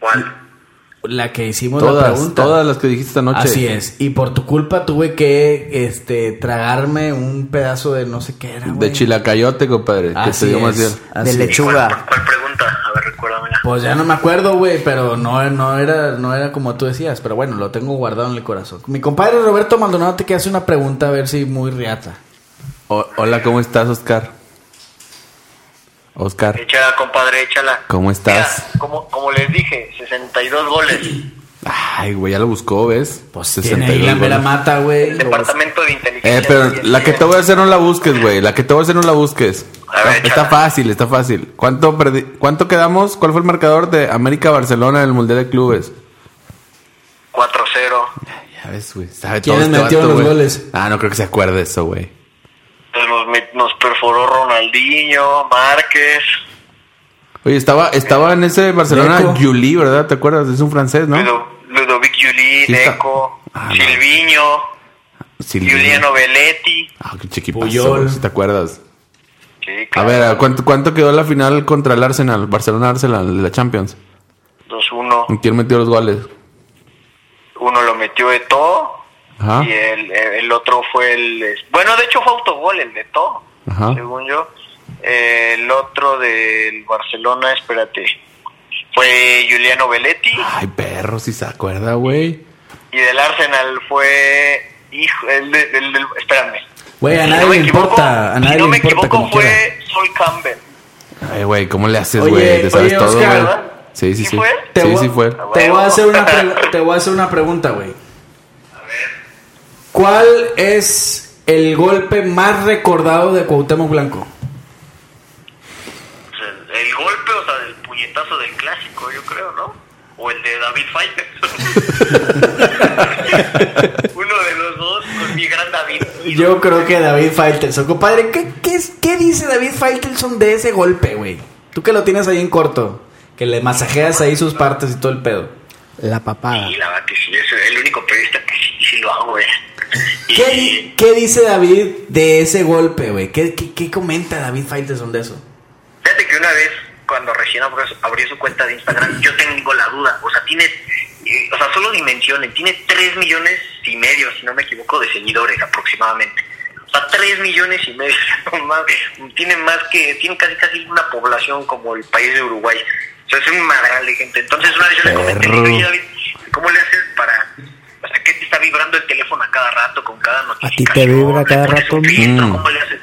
[SPEAKER 6] ¿Cuál?
[SPEAKER 2] La que hicimos la
[SPEAKER 4] todas,
[SPEAKER 2] pregunta.
[SPEAKER 4] todas las que dijiste esta noche.
[SPEAKER 2] Así es. Y por tu culpa tuve que este tragarme un pedazo de no sé qué era.
[SPEAKER 4] De
[SPEAKER 2] güey.
[SPEAKER 4] chilacayote, compadre. Que te
[SPEAKER 2] Ah, Así
[SPEAKER 4] dio
[SPEAKER 2] es,
[SPEAKER 4] más bien.
[SPEAKER 2] así
[SPEAKER 3] De
[SPEAKER 2] es.
[SPEAKER 3] lechuga.
[SPEAKER 6] ¿Cuál, cuál- cuál pregunta? A ver, recuérdamela.
[SPEAKER 2] Pues ya no me acuerdo, güey, pero no, no, era, no era como tú decías. Pero bueno, lo tengo guardado en el corazón. Mi compadre Roberto Maldonado te que hace una pregunta a ver si muy riata.
[SPEAKER 4] O- hola, ¿cómo estás, Oscar? Oscar.
[SPEAKER 6] Échala, compadre, échala.
[SPEAKER 4] ¿Cómo estás?
[SPEAKER 6] Mira, como, como les dije, 62 goles.
[SPEAKER 4] Ay, güey, ya lo buscó, ¿ves?
[SPEAKER 2] Pues tiene ahí la
[SPEAKER 4] 62
[SPEAKER 2] mera
[SPEAKER 4] goles.
[SPEAKER 2] mata, güey.
[SPEAKER 6] El Departamento de
[SPEAKER 4] Pues,
[SPEAKER 6] Inteligencia.
[SPEAKER 4] Eh, pero
[SPEAKER 6] de
[SPEAKER 4] la que te voy a hacer no la busques, güey. La que te voy a hacer no la busques.
[SPEAKER 6] A ver,
[SPEAKER 4] Está- está
[SPEAKER 6] échala.
[SPEAKER 4] fácil, está fácil. ¿Cuánto, perdi- ¿Cuánto quedamos? ¿Cuál fue el marcador de América-Barcelona en el Mundial de Clubes?
[SPEAKER 6] 4-0.
[SPEAKER 4] Ya ves, güey. Sabe
[SPEAKER 2] ¿Quiénes
[SPEAKER 4] todo este
[SPEAKER 2] metieron
[SPEAKER 4] vato,
[SPEAKER 2] los
[SPEAKER 4] güey.
[SPEAKER 2] goles?
[SPEAKER 4] Ah, no creo que se acuerde eso, güey.
[SPEAKER 6] Nos, met- nos perforó Ronaldinho, Márquez.
[SPEAKER 4] Oye, estaba, estaba en ese Barcelona
[SPEAKER 2] Deco.
[SPEAKER 4] Juli, ¿verdad? ¿Te acuerdas? Es un francés, ¿no?
[SPEAKER 6] Ludo- Ludovic Juli,
[SPEAKER 4] Sí está.
[SPEAKER 6] Deco,
[SPEAKER 4] Ah, no.
[SPEAKER 6] Silviño,
[SPEAKER 4] Silvino.
[SPEAKER 6] Juliano Veletti.
[SPEAKER 4] Ah, qué chiquipazo,
[SPEAKER 2] Puyol.
[SPEAKER 4] güey, si te acuerdas.
[SPEAKER 6] Sí,
[SPEAKER 4] A
[SPEAKER 6] claro.
[SPEAKER 4] ver, ¿a ¿cuánto, ¿cuánto quedó la final contra el Arsenal? Barcelona-Arsenal, de la Champions.
[SPEAKER 6] 2-1.
[SPEAKER 4] ¿Quién metió los goles?
[SPEAKER 6] Uno lo metió Eto.
[SPEAKER 4] Ajá.
[SPEAKER 6] Y el, el otro fue el. Bueno, de hecho fue autogol el de Eto.
[SPEAKER 4] Ajá.
[SPEAKER 6] Según yo. El otro del Barcelona, espérate. fue Giuliano Belletti
[SPEAKER 4] Ay, perro, si se acuerda, güey.
[SPEAKER 6] y del Arsenal fue... Hijo, el, de- el del- espérame.
[SPEAKER 2] Güey, a
[SPEAKER 6] Si
[SPEAKER 2] nadie
[SPEAKER 6] no me
[SPEAKER 2] le
[SPEAKER 6] equivoco-
[SPEAKER 2] importa. A nadie
[SPEAKER 6] Si no
[SPEAKER 2] le
[SPEAKER 6] me
[SPEAKER 2] importa
[SPEAKER 6] equivoco
[SPEAKER 2] como quiera.
[SPEAKER 6] fue Sol Campbell.
[SPEAKER 4] Ay, güey, ¿cómo le haces,
[SPEAKER 2] Oye,
[SPEAKER 4] güey? Te sabes
[SPEAKER 2] oye,
[SPEAKER 4] todo,
[SPEAKER 2] Oscar,
[SPEAKER 4] güey.
[SPEAKER 6] ¿verdad?
[SPEAKER 4] Sí, sí,
[SPEAKER 6] ¿Sí
[SPEAKER 4] sí.
[SPEAKER 6] fue?
[SPEAKER 2] Te
[SPEAKER 4] Sí,
[SPEAKER 2] voy-
[SPEAKER 4] sí fue.
[SPEAKER 2] Te voy a hacer una,
[SPEAKER 4] [laughs]
[SPEAKER 2] pregu- te voy a hacer una pregunta, güey. ¿Cuál es el golpe más recordado de Cuauhtémoc Blanco?
[SPEAKER 6] O sea, el, el golpe, o sea, el puñetazo del clásico, yo creo, ¿no? O el de David Faitelson. [laughs] Uno de los dos con mi gran David.
[SPEAKER 2] Yo creo que David Faitelson. Compadre, ¿qué, qué, es- qué dice David Faitelson de ese golpe, güey? Tú que lo tienes ahí en corto, que le masajeas ahí sus partes y todo el pedo.
[SPEAKER 3] La papada.
[SPEAKER 6] Y la verdad que sí, yo soy el único periodista que sí, sí lo hago, güey. Y
[SPEAKER 2] ¿Qué, di- qué dice David de ese golpe, güey? ¿Qué, qué, qué comenta David Faitelson de eso?
[SPEAKER 6] fíjate que una vez, cuando recién abrió, su- abrió su cuenta de Instagram, yo tengo la duda. O sea, tiene, eh, o sea, solo dimensionen, tiene 3 millones y medio, si no me equivoco, de seguidores aproximadamente. O sea, 3 millones y medio, [laughs] no mames. tiene más que, tiene casi casi una población como el país de Uruguay. O sea, es un madral de gente. Entonces una vez yo le comenté,
[SPEAKER 4] Perro.
[SPEAKER 6] "Oye, David, ¿cómo le haces para... O sea, ¿qué te está vibrando el teléfono a cada rato con cada
[SPEAKER 3] te
[SPEAKER 6] notificación?
[SPEAKER 3] vibra
[SPEAKER 6] ¿Le
[SPEAKER 3] cada
[SPEAKER 6] pones
[SPEAKER 3] rato?
[SPEAKER 6] un filtro?
[SPEAKER 4] Mm.
[SPEAKER 6] ¿Cómo le haces?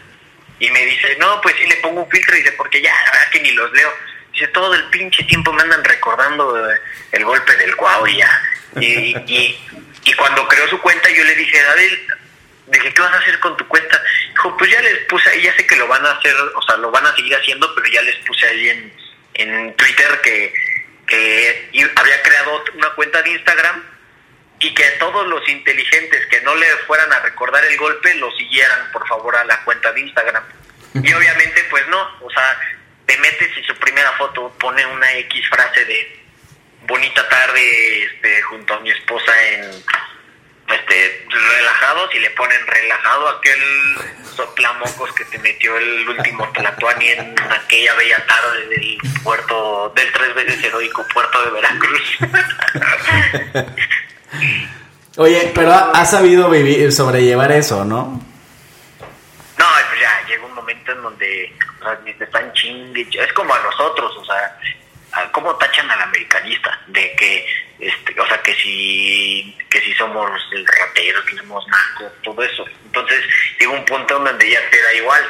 [SPEAKER 6] Y me dice, no, pues sí le pongo un filtro, dice, porque ya, la verdad que ni los leo. Dice, todo el pinche tiempo me andan recordando eh, el golpe del guau y ya. Y, y, y cuando creó su cuenta yo le dije, David, dije, ¿qué vas a hacer con tu cuenta? Dijo, pues ya les puse ahí, ya sé que lo van a hacer, o sea, lo van a seguir haciendo, pero ya les puse ahí en, en Twitter que, que y- había creado una cuenta de Instagram y que a todos los inteligentes que no le fueran a recordar el golpe lo siguieran por favor a la cuenta de Instagram. Y obviamente pues no, o sea, te metes y su primera foto pone una X frase de bonita tarde este, junto a mi esposa en este relajados y le ponen relajado aquel soplamocos que te metió el último Tlatuani en aquella bella tarde del puerto del tres veces heroico puerto de Veracruz.
[SPEAKER 2] Oye, pero ha, ha sabido vivir, sobrellevar eso, ¿no?
[SPEAKER 6] No, pues ya llega un momento en donde o sea, te están chingue. ch- Es como a nosotros, o sea, a- ¿cómo tachan al americanista? De que, este, o sea, que si, que si somos rateros, que somos nacos, todo eso. Entonces llega un punto en donde ya te da igual.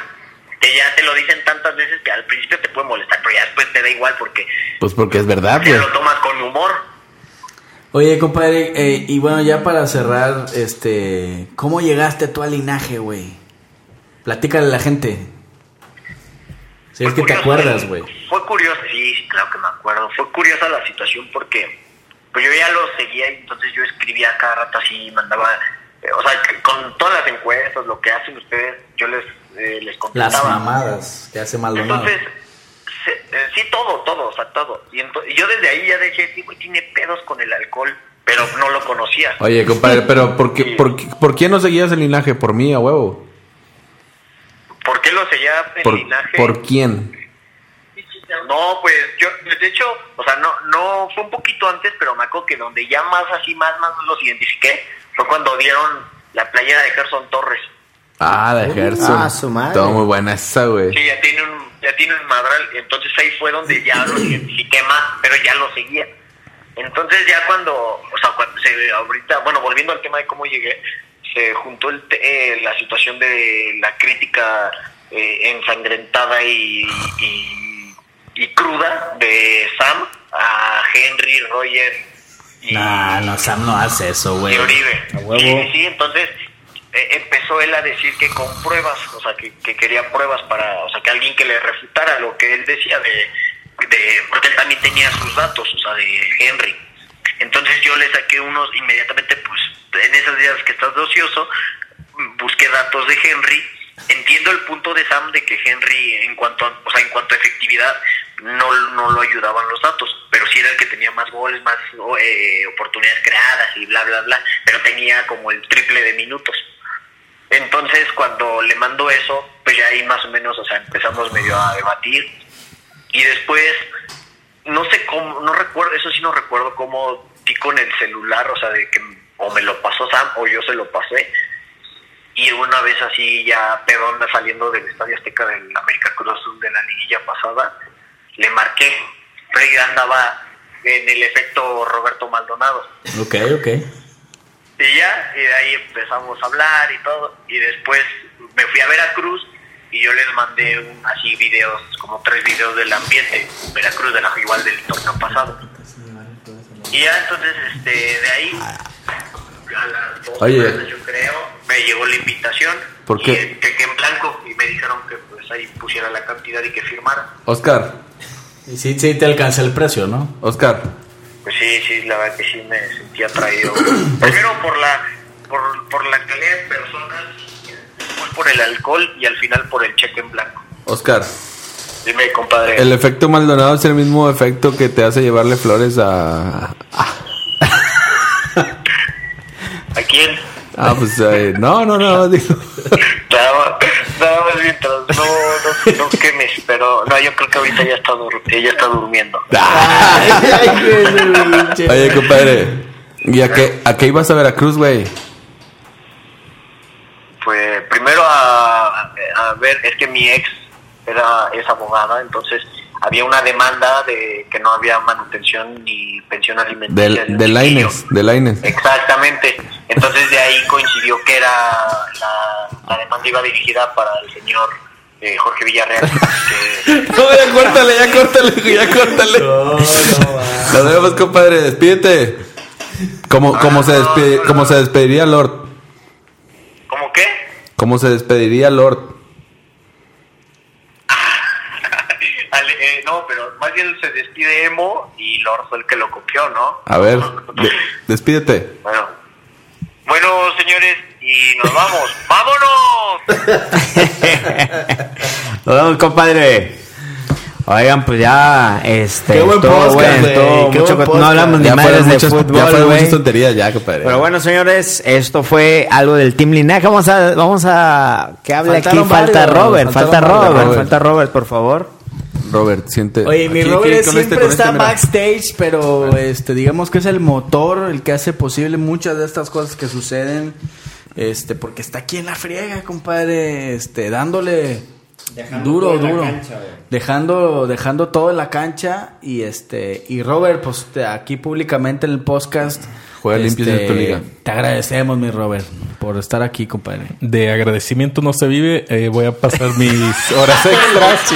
[SPEAKER 6] Que ya te lo dicen tantas veces que al principio te puede molestar, pero ya después te da igual porque
[SPEAKER 4] Pues porque es verdad,
[SPEAKER 6] ya
[SPEAKER 4] güey.
[SPEAKER 6] lo tomas con humor.
[SPEAKER 2] Oye, compadre, eh, y bueno, ya para cerrar, este, ¿cómo llegaste tú al linaje, güey? Platícale a la gente. Si es
[SPEAKER 6] Fue
[SPEAKER 2] que te
[SPEAKER 6] curioso,
[SPEAKER 2] acuerdas, güey.
[SPEAKER 6] Fue curioso, sí, sí, claro que me acuerdo. Fue curiosa la situación porque pues yo ya lo seguía y entonces yo escribía cada rato así, mandaba, eh, o sea, que con todas las encuestas, lo que hacen ustedes, yo les, eh, les
[SPEAKER 2] Las
[SPEAKER 6] contestaba.
[SPEAKER 2] mamadas que hace Maldonado.
[SPEAKER 6] Entonces, se- eh, sí, todo, todo, o sea, todo. Y ento- y yo desde ahí ya dejé, sí, güey, tiene pedos con el alcohol, pero no lo conocía.
[SPEAKER 4] Oye, compadre, pero ¿por qué, por, qué- por quién no seguías el linaje? ¿Por mí, a huevo?
[SPEAKER 6] ¿Por qué lo seguía en
[SPEAKER 4] ¿Por,
[SPEAKER 6] linaje?
[SPEAKER 4] ¿por quién?
[SPEAKER 6] No, pues yo, de hecho, o sea, no, no, fue un poquito antes, pero me acuerdo que donde ya más así, más, más los identifiqué, fue cuando dieron la playera de Gerson Torres.
[SPEAKER 4] Ah, de Gerson.
[SPEAKER 3] Ah, su madre.
[SPEAKER 4] Todo muy buena esa, güey.
[SPEAKER 6] Sí, ya tiene un, ya tiene un madral, entonces ahí fue donde ya lo identifiqué más, pero ya lo seguía. Entonces ya cuando, o sea, cuando se, ahorita, bueno, volviendo al tema de cómo llegué, se juntó el te- eh, la situación de la crítica eh, ensangrentada y, y, y cruda de Sam a Henry, Roger y,
[SPEAKER 2] Nah, no, Sam no hace eso, güey.
[SPEAKER 6] y Oribe.
[SPEAKER 2] A huevo.
[SPEAKER 6] Sí, sí, sí, entonces eh, empezó él a decir que con pruebas, o sea, que, que quería pruebas para, o sea, que alguien que le refutara lo que él decía de, de- porque él también tenía sus datos, o sea, de Henry. Entonces yo le saqué unos inmediatamente, pues, en esos días que estás de ocioso, busqué datos de Henry. Entiendo el punto de Sam de que Henry, en cuanto a, o sea, en cuanto a efectividad, no, no lo ayudaban los datos, pero sí era el que tenía más goles, más ¿no? eh, oportunidades creadas y bla, bla, bla, pero tenía como el triple de minutos. Entonces, cuando le mando eso, pues ya ahí más o menos, o sea, empezamos medio a debatir. Y después, no sé cómo, no recuerdo, eso sí no recuerdo cómo di con el celular, o sea, de que o me lo pasó Sam o yo se lo pasé. Y una vez así ya Pedón saliendo del Estadio Azteca del América Cruz Azul de la liguilla pasada, le marqué. Pero yo andaba en el efecto Roberto Maldonado.
[SPEAKER 2] Ok, ok.
[SPEAKER 6] Y ya, y de ahí empezamos a hablar y todo. Y después me fui a Veracruz y yo les mandé un- así videos, como tres videos del ambiente. Veracruz, de la, igual del torneo pasado. Y ya entonces, este, de ahí, a las dos
[SPEAKER 4] Oye.
[SPEAKER 6] horas, yo creo, me llegó la invitación.
[SPEAKER 4] ¿Por
[SPEAKER 6] y
[SPEAKER 4] qué?
[SPEAKER 6] en- que- que en blanco y me dijeron que pues ahí pusiera la cantidad y que firmara.
[SPEAKER 4] Oscar,
[SPEAKER 2] Y sí, sí, te alcanza el precio, ¿no? [laughs]
[SPEAKER 4] Oscar,
[SPEAKER 6] Pues sí, sí, la verdad que sí me
[SPEAKER 4] [clears throat]
[SPEAKER 6] sentí atraído. Primero por la por, por la calidad de personas, después por el alcohol y al final por el cheque en blanco.
[SPEAKER 4] Oscar.
[SPEAKER 6] Dime, compadre.
[SPEAKER 4] El efecto Maldonado es el mismo efecto que te hace llevarle flores a.
[SPEAKER 6] ¿A quién?
[SPEAKER 4] Ah, pues eh, no, no, no, [laughs] digo.
[SPEAKER 6] [laughs] Nada más- nada más mientras no, no, no quemes, pero no, yo creo que ahorita ya está, dur- ella está durmiendo.
[SPEAKER 4] Oye, compadre, ¿y a qué, a qué ibas a Veracruz, güey?
[SPEAKER 6] Pues primero a, a ver, es que mi ex era es abogada, entonces había una demanda de que no había manutención ni pensión alimentaria.
[SPEAKER 4] Del, del Aines, del Aines.
[SPEAKER 6] Exactamente. Entonces de ahí coincidió que era la, la demanda iba dirigida para el señor eh, Jorge Villarreal. que-
[SPEAKER 4] No, ya córtale, ya córtale, güey, ya córtale. Nos vemos, compadre, despídete. ¿Cómo, cómo, se, despide, cómo se despediría Lord?
[SPEAKER 6] ¿Cómo qué?
[SPEAKER 4] ¿Cómo se despediría Lord?
[SPEAKER 6] Al- eh, no, pero más bien se despide Emo y Lord fue el que lo copió, ¿no?
[SPEAKER 4] A ver, de- despídete.
[SPEAKER 6] Bueno. Bueno, señores, y nos vamos. ¡Vámonos!
[SPEAKER 3] [laughs] Nos vemos, compadre. Oigan, pues ya, este,
[SPEAKER 2] Qué buen
[SPEAKER 3] estuvo
[SPEAKER 2] podcast,
[SPEAKER 3] bueno,
[SPEAKER 2] güey,
[SPEAKER 3] estuvo
[SPEAKER 2] qué
[SPEAKER 3] mucho
[SPEAKER 2] buen
[SPEAKER 3] co- no
[SPEAKER 2] podcast.
[SPEAKER 3] hablamos ni
[SPEAKER 4] Ya
[SPEAKER 3] madres
[SPEAKER 4] fueron,
[SPEAKER 3] de
[SPEAKER 4] muchas,
[SPEAKER 3] fútbol,
[SPEAKER 4] ya fueron
[SPEAKER 3] güey.
[SPEAKER 4] muchas tonterías, ya, compadre.
[SPEAKER 3] Pero bueno, señores, esto fue algo del Team Linaje. Vamos a, vamos a, que hable
[SPEAKER 2] Faltaron
[SPEAKER 3] aquí. Falta
[SPEAKER 2] varios,
[SPEAKER 3] Robert,
[SPEAKER 2] faltaron
[SPEAKER 3] falta
[SPEAKER 2] varios.
[SPEAKER 3] Robert,
[SPEAKER 4] Robert.
[SPEAKER 3] falta Robert, por favor.
[SPEAKER 4] Robert, siente.
[SPEAKER 2] Oye, mi
[SPEAKER 4] Aquí,
[SPEAKER 2] Robert
[SPEAKER 4] aquí,
[SPEAKER 2] es-
[SPEAKER 4] con este,
[SPEAKER 2] siempre
[SPEAKER 4] con este,
[SPEAKER 2] está
[SPEAKER 4] mira.
[SPEAKER 2] backstage, pero este, digamos que es el motor, el que hace posible muchas de estas cosas que suceden. Este, porque está aquí en la friega, compadre, este, dándole
[SPEAKER 9] Dejando
[SPEAKER 2] duro,
[SPEAKER 9] todo en la
[SPEAKER 2] duro.
[SPEAKER 9] cancha, güey.
[SPEAKER 2] dejando, dejando todo en la cancha. Y este, y Robert, pues te- aquí públicamente en el podcast.
[SPEAKER 4] Juega
[SPEAKER 2] este,
[SPEAKER 4] limpios en tu liga.
[SPEAKER 2] Te agradecemos, mi Robert, por estar aquí, compadre.
[SPEAKER 10] De agradecimiento no se vive. eh, voy a pasar [laughs] mis
[SPEAKER 3] [laughs]
[SPEAKER 10] horas extras.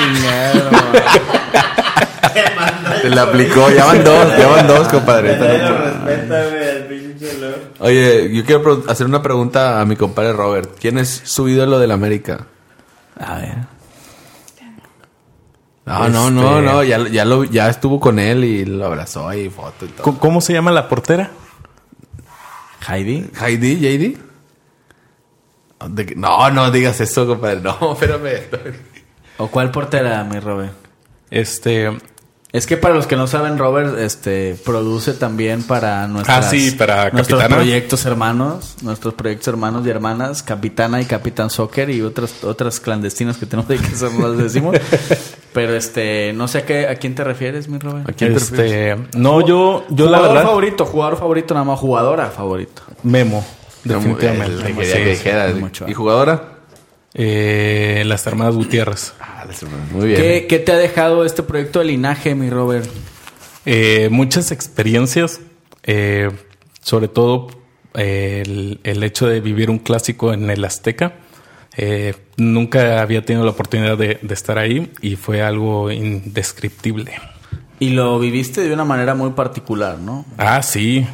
[SPEAKER 4] Te la aplicó, ya van dos, ya van dos, compadre. esta
[SPEAKER 9] Nadie lo
[SPEAKER 4] noche.
[SPEAKER 9] respeta, güey, al pinche Lord.
[SPEAKER 4] Oye, yo quiero pro- hacer una pregunta a mi compadre Robert. ¿Quién es su ídolo del América?
[SPEAKER 2] A ver.
[SPEAKER 4] No, Ah, no, no,
[SPEAKER 3] Este,
[SPEAKER 4] no, ya, ya, lo, ya estuvo con él y lo abrazó y foto y todo.
[SPEAKER 10] ¿Cómo- ¿Cómo se llama la portera?
[SPEAKER 2] Heidi.
[SPEAKER 4] ¿Heidi, JD? ¿De qué- No, no digas eso, compadre. No, [laughs] espérame.
[SPEAKER 2] ¿O cuál portera, mi Robert?
[SPEAKER 10] Este.
[SPEAKER 2] Es que para los que no saben, Robert este, produce también para nuestras,
[SPEAKER 10] Ah, sí, para
[SPEAKER 2] nuestros
[SPEAKER 10] Capitana.
[SPEAKER 2] proyectos hermanos, nuestros proyectos hermanos y hermanas, Capitana y Capitán Soccer y otras otras clandestinas que tenemos ahí que son las
[SPEAKER 10] [laughs]
[SPEAKER 2] decimos. Pero este, no sé a, qué, a quién te refieres, mi Robert.
[SPEAKER 10] ¿a quién te refieres? Este, No, yo, yo la
[SPEAKER 2] jugador
[SPEAKER 10] verdad.
[SPEAKER 2] favorito, jugador favorito, nada más jugadora favorito.
[SPEAKER 10] Memo.
[SPEAKER 4] No,
[SPEAKER 10] Definitivamente.
[SPEAKER 4] eh, quería que
[SPEAKER 10] Sí.
[SPEAKER 4] dijera.
[SPEAKER 2] mucho.
[SPEAKER 4] ¿Y jugadora?
[SPEAKER 10] Eh, las hermanas Gutiérrez.
[SPEAKER 4] Ah, las hermanas. Muy bien.
[SPEAKER 2] ¿Qué, qué te ha dejado este proyecto de linaje, mi Robert?
[SPEAKER 10] Eh, muchas experiencias, eh, sobre todo eh, el, el hecho de vivir un clásico en el Azteca. Eh, nunca había tenido la oportunidad de, de estar ahí y fue algo indescriptible.
[SPEAKER 2] Y lo viviste de una manera muy particular, ¿no?
[SPEAKER 10] Ah, sí.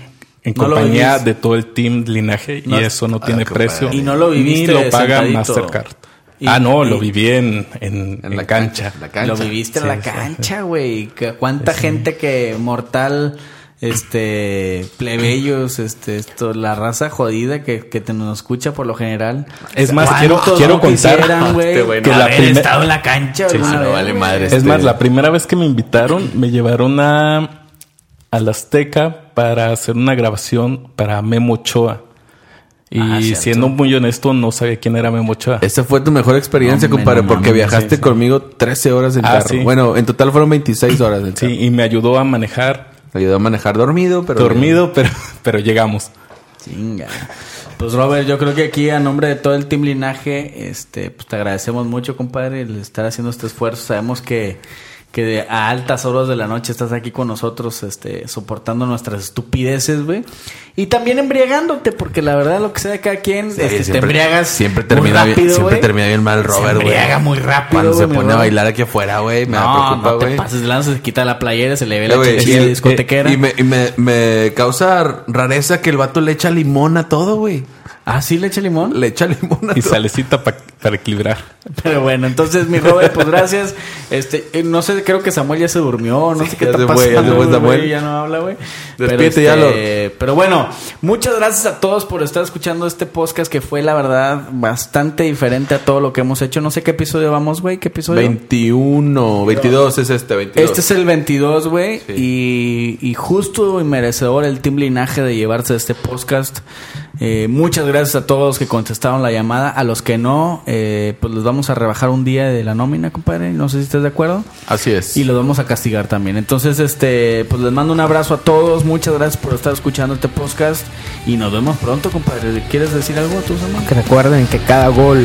[SPEAKER 10] En
[SPEAKER 2] No lo
[SPEAKER 10] compañía
[SPEAKER 2] vivís.
[SPEAKER 10] de todo el team linaje
[SPEAKER 2] No-
[SPEAKER 10] y eso no tiene
[SPEAKER 4] Ah, compadre.
[SPEAKER 10] precio.
[SPEAKER 2] Y no lo
[SPEAKER 10] Ni
[SPEAKER 2] viviste
[SPEAKER 10] lo paga
[SPEAKER 2] sentadito.
[SPEAKER 10] Mastercard.
[SPEAKER 2] Y-
[SPEAKER 10] ah, no, lo
[SPEAKER 2] y-
[SPEAKER 10] viví en, en-
[SPEAKER 4] En
[SPEAKER 10] en
[SPEAKER 4] la
[SPEAKER 10] cancha.
[SPEAKER 4] cancha, la cancha.
[SPEAKER 2] Lo viviste en
[SPEAKER 10] Sí,
[SPEAKER 2] la
[SPEAKER 10] sí,
[SPEAKER 2] cancha, güey. Que Cuánta gente que mortal, este, plebeyos, este, esto, la raza jodida que, que te nos escucha por lo general.
[SPEAKER 10] Es más,
[SPEAKER 2] ¿Cuántos
[SPEAKER 10] quiero- quiero
[SPEAKER 2] no
[SPEAKER 10] contar
[SPEAKER 2] quisieran, güey,
[SPEAKER 4] este güey,
[SPEAKER 2] que
[SPEAKER 10] no, la
[SPEAKER 2] haber
[SPEAKER 10] primer-
[SPEAKER 2] estado en la cancha,
[SPEAKER 10] Sí,
[SPEAKER 2] güey.
[SPEAKER 10] sí,
[SPEAKER 4] no vale madre.
[SPEAKER 10] Es
[SPEAKER 4] Este-
[SPEAKER 10] más, la primera vez que me invitaron, me llevaron a al Azteca para hacer una grabación para Memo Ochoa. Y
[SPEAKER 2] Ah, cierto.
[SPEAKER 10] siendo muy honesto, no sabía quién era Memo Ochoa.
[SPEAKER 4] Esa fue tu mejor experiencia,
[SPEAKER 2] No, hombre,
[SPEAKER 4] compadre,
[SPEAKER 2] no
[SPEAKER 4] porque
[SPEAKER 2] mames,
[SPEAKER 4] viajaste
[SPEAKER 2] sí, sí.
[SPEAKER 4] conmigo 13 horas en
[SPEAKER 10] Ah,
[SPEAKER 4] carro.
[SPEAKER 10] sí.
[SPEAKER 4] Bueno, en total fueron 26 horas. En
[SPEAKER 10] Sí, y me ayudó a manejar
[SPEAKER 4] Te ayudó a manejar dormido, pero.
[SPEAKER 10] dormido, pero, pero llegamos.
[SPEAKER 2] Chinga. Pues Robert, yo creo que aquí a nombre de todo el team linaje, este, pues te agradecemos mucho, compadre, el estar haciendo este esfuerzo. Sabemos que, que de- a altas horas de la noche estás aquí con nosotros, este, soportando nuestras estupideces, güey. Y también embriagándote, porque la verdad lo que sea de cada quien, este, te
[SPEAKER 4] siempre-
[SPEAKER 2] embriagas.
[SPEAKER 4] Siempre
[SPEAKER 2] muy
[SPEAKER 4] termina, bien,
[SPEAKER 2] rápido,
[SPEAKER 4] siempre
[SPEAKER 2] güey.
[SPEAKER 4] termina bien mal
[SPEAKER 2] Se
[SPEAKER 4] Robert, güey.
[SPEAKER 2] embriaga muy rápido,
[SPEAKER 4] Cuando se
[SPEAKER 2] güey, mi
[SPEAKER 4] pone a
[SPEAKER 2] Robert.
[SPEAKER 4] bailar aquí afuera, güey, me
[SPEAKER 2] no,
[SPEAKER 4] preocupa,
[SPEAKER 2] no te
[SPEAKER 4] güey.
[SPEAKER 2] pases de lanza, se quita la playera, se le ve
[SPEAKER 4] Eh,
[SPEAKER 2] la
[SPEAKER 4] güey,
[SPEAKER 2] chichilla
[SPEAKER 4] y- eh,
[SPEAKER 2] de discotequera.
[SPEAKER 4] y me, y me- me causa rareza que el vato le echa limón a todo, güey.
[SPEAKER 2] Ah, sí, le echa limón.
[SPEAKER 4] Le echa [laughs] limón a
[SPEAKER 10] Y
[SPEAKER 4] todo.
[SPEAKER 10] salecita pa- para equilibrar.
[SPEAKER 2] [laughs] Pero bueno, entonces, mi Robert, pues gracias. Este, eh, no sé, creo que Samuel ya se durmió, no sé qué
[SPEAKER 4] ya
[SPEAKER 2] está
[SPEAKER 4] se fue, ya se
[SPEAKER 2] pasando.
[SPEAKER 4] fue
[SPEAKER 2] güey,
[SPEAKER 4] Samuel.
[SPEAKER 2] ya no habla, güey.
[SPEAKER 4] Despídete ya,
[SPEAKER 2] ya, Pero bueno, muchas gracias a todos por estar escuchando este podcast que fue, la verdad, bastante diferente a todo lo que hemos hecho. No sé qué episodio vamos, güey, qué episodio.
[SPEAKER 4] 21, 22 es este, 22.
[SPEAKER 2] Este es el 22, güey. Y, y justo y merecedor el team linaje de llevarse este podcast. Eh, muchas gracias a todos los que contestaron la llamada. A los que no, eh, pues les vamos a rebajar un día de la nómina, compadre. No sé si estás de acuerdo.
[SPEAKER 4] Así es.
[SPEAKER 2] Y los vamos a castigar también. Entonces, este, pues les mando un abrazo a todos. Muchas gracias por estar escuchando este podcast. Y nos vemos pronto, compadre. ¿Quieres decir algo a tus amigos?
[SPEAKER 3] Que recuerden que cada gol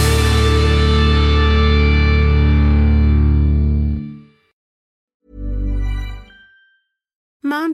[SPEAKER 11] Mom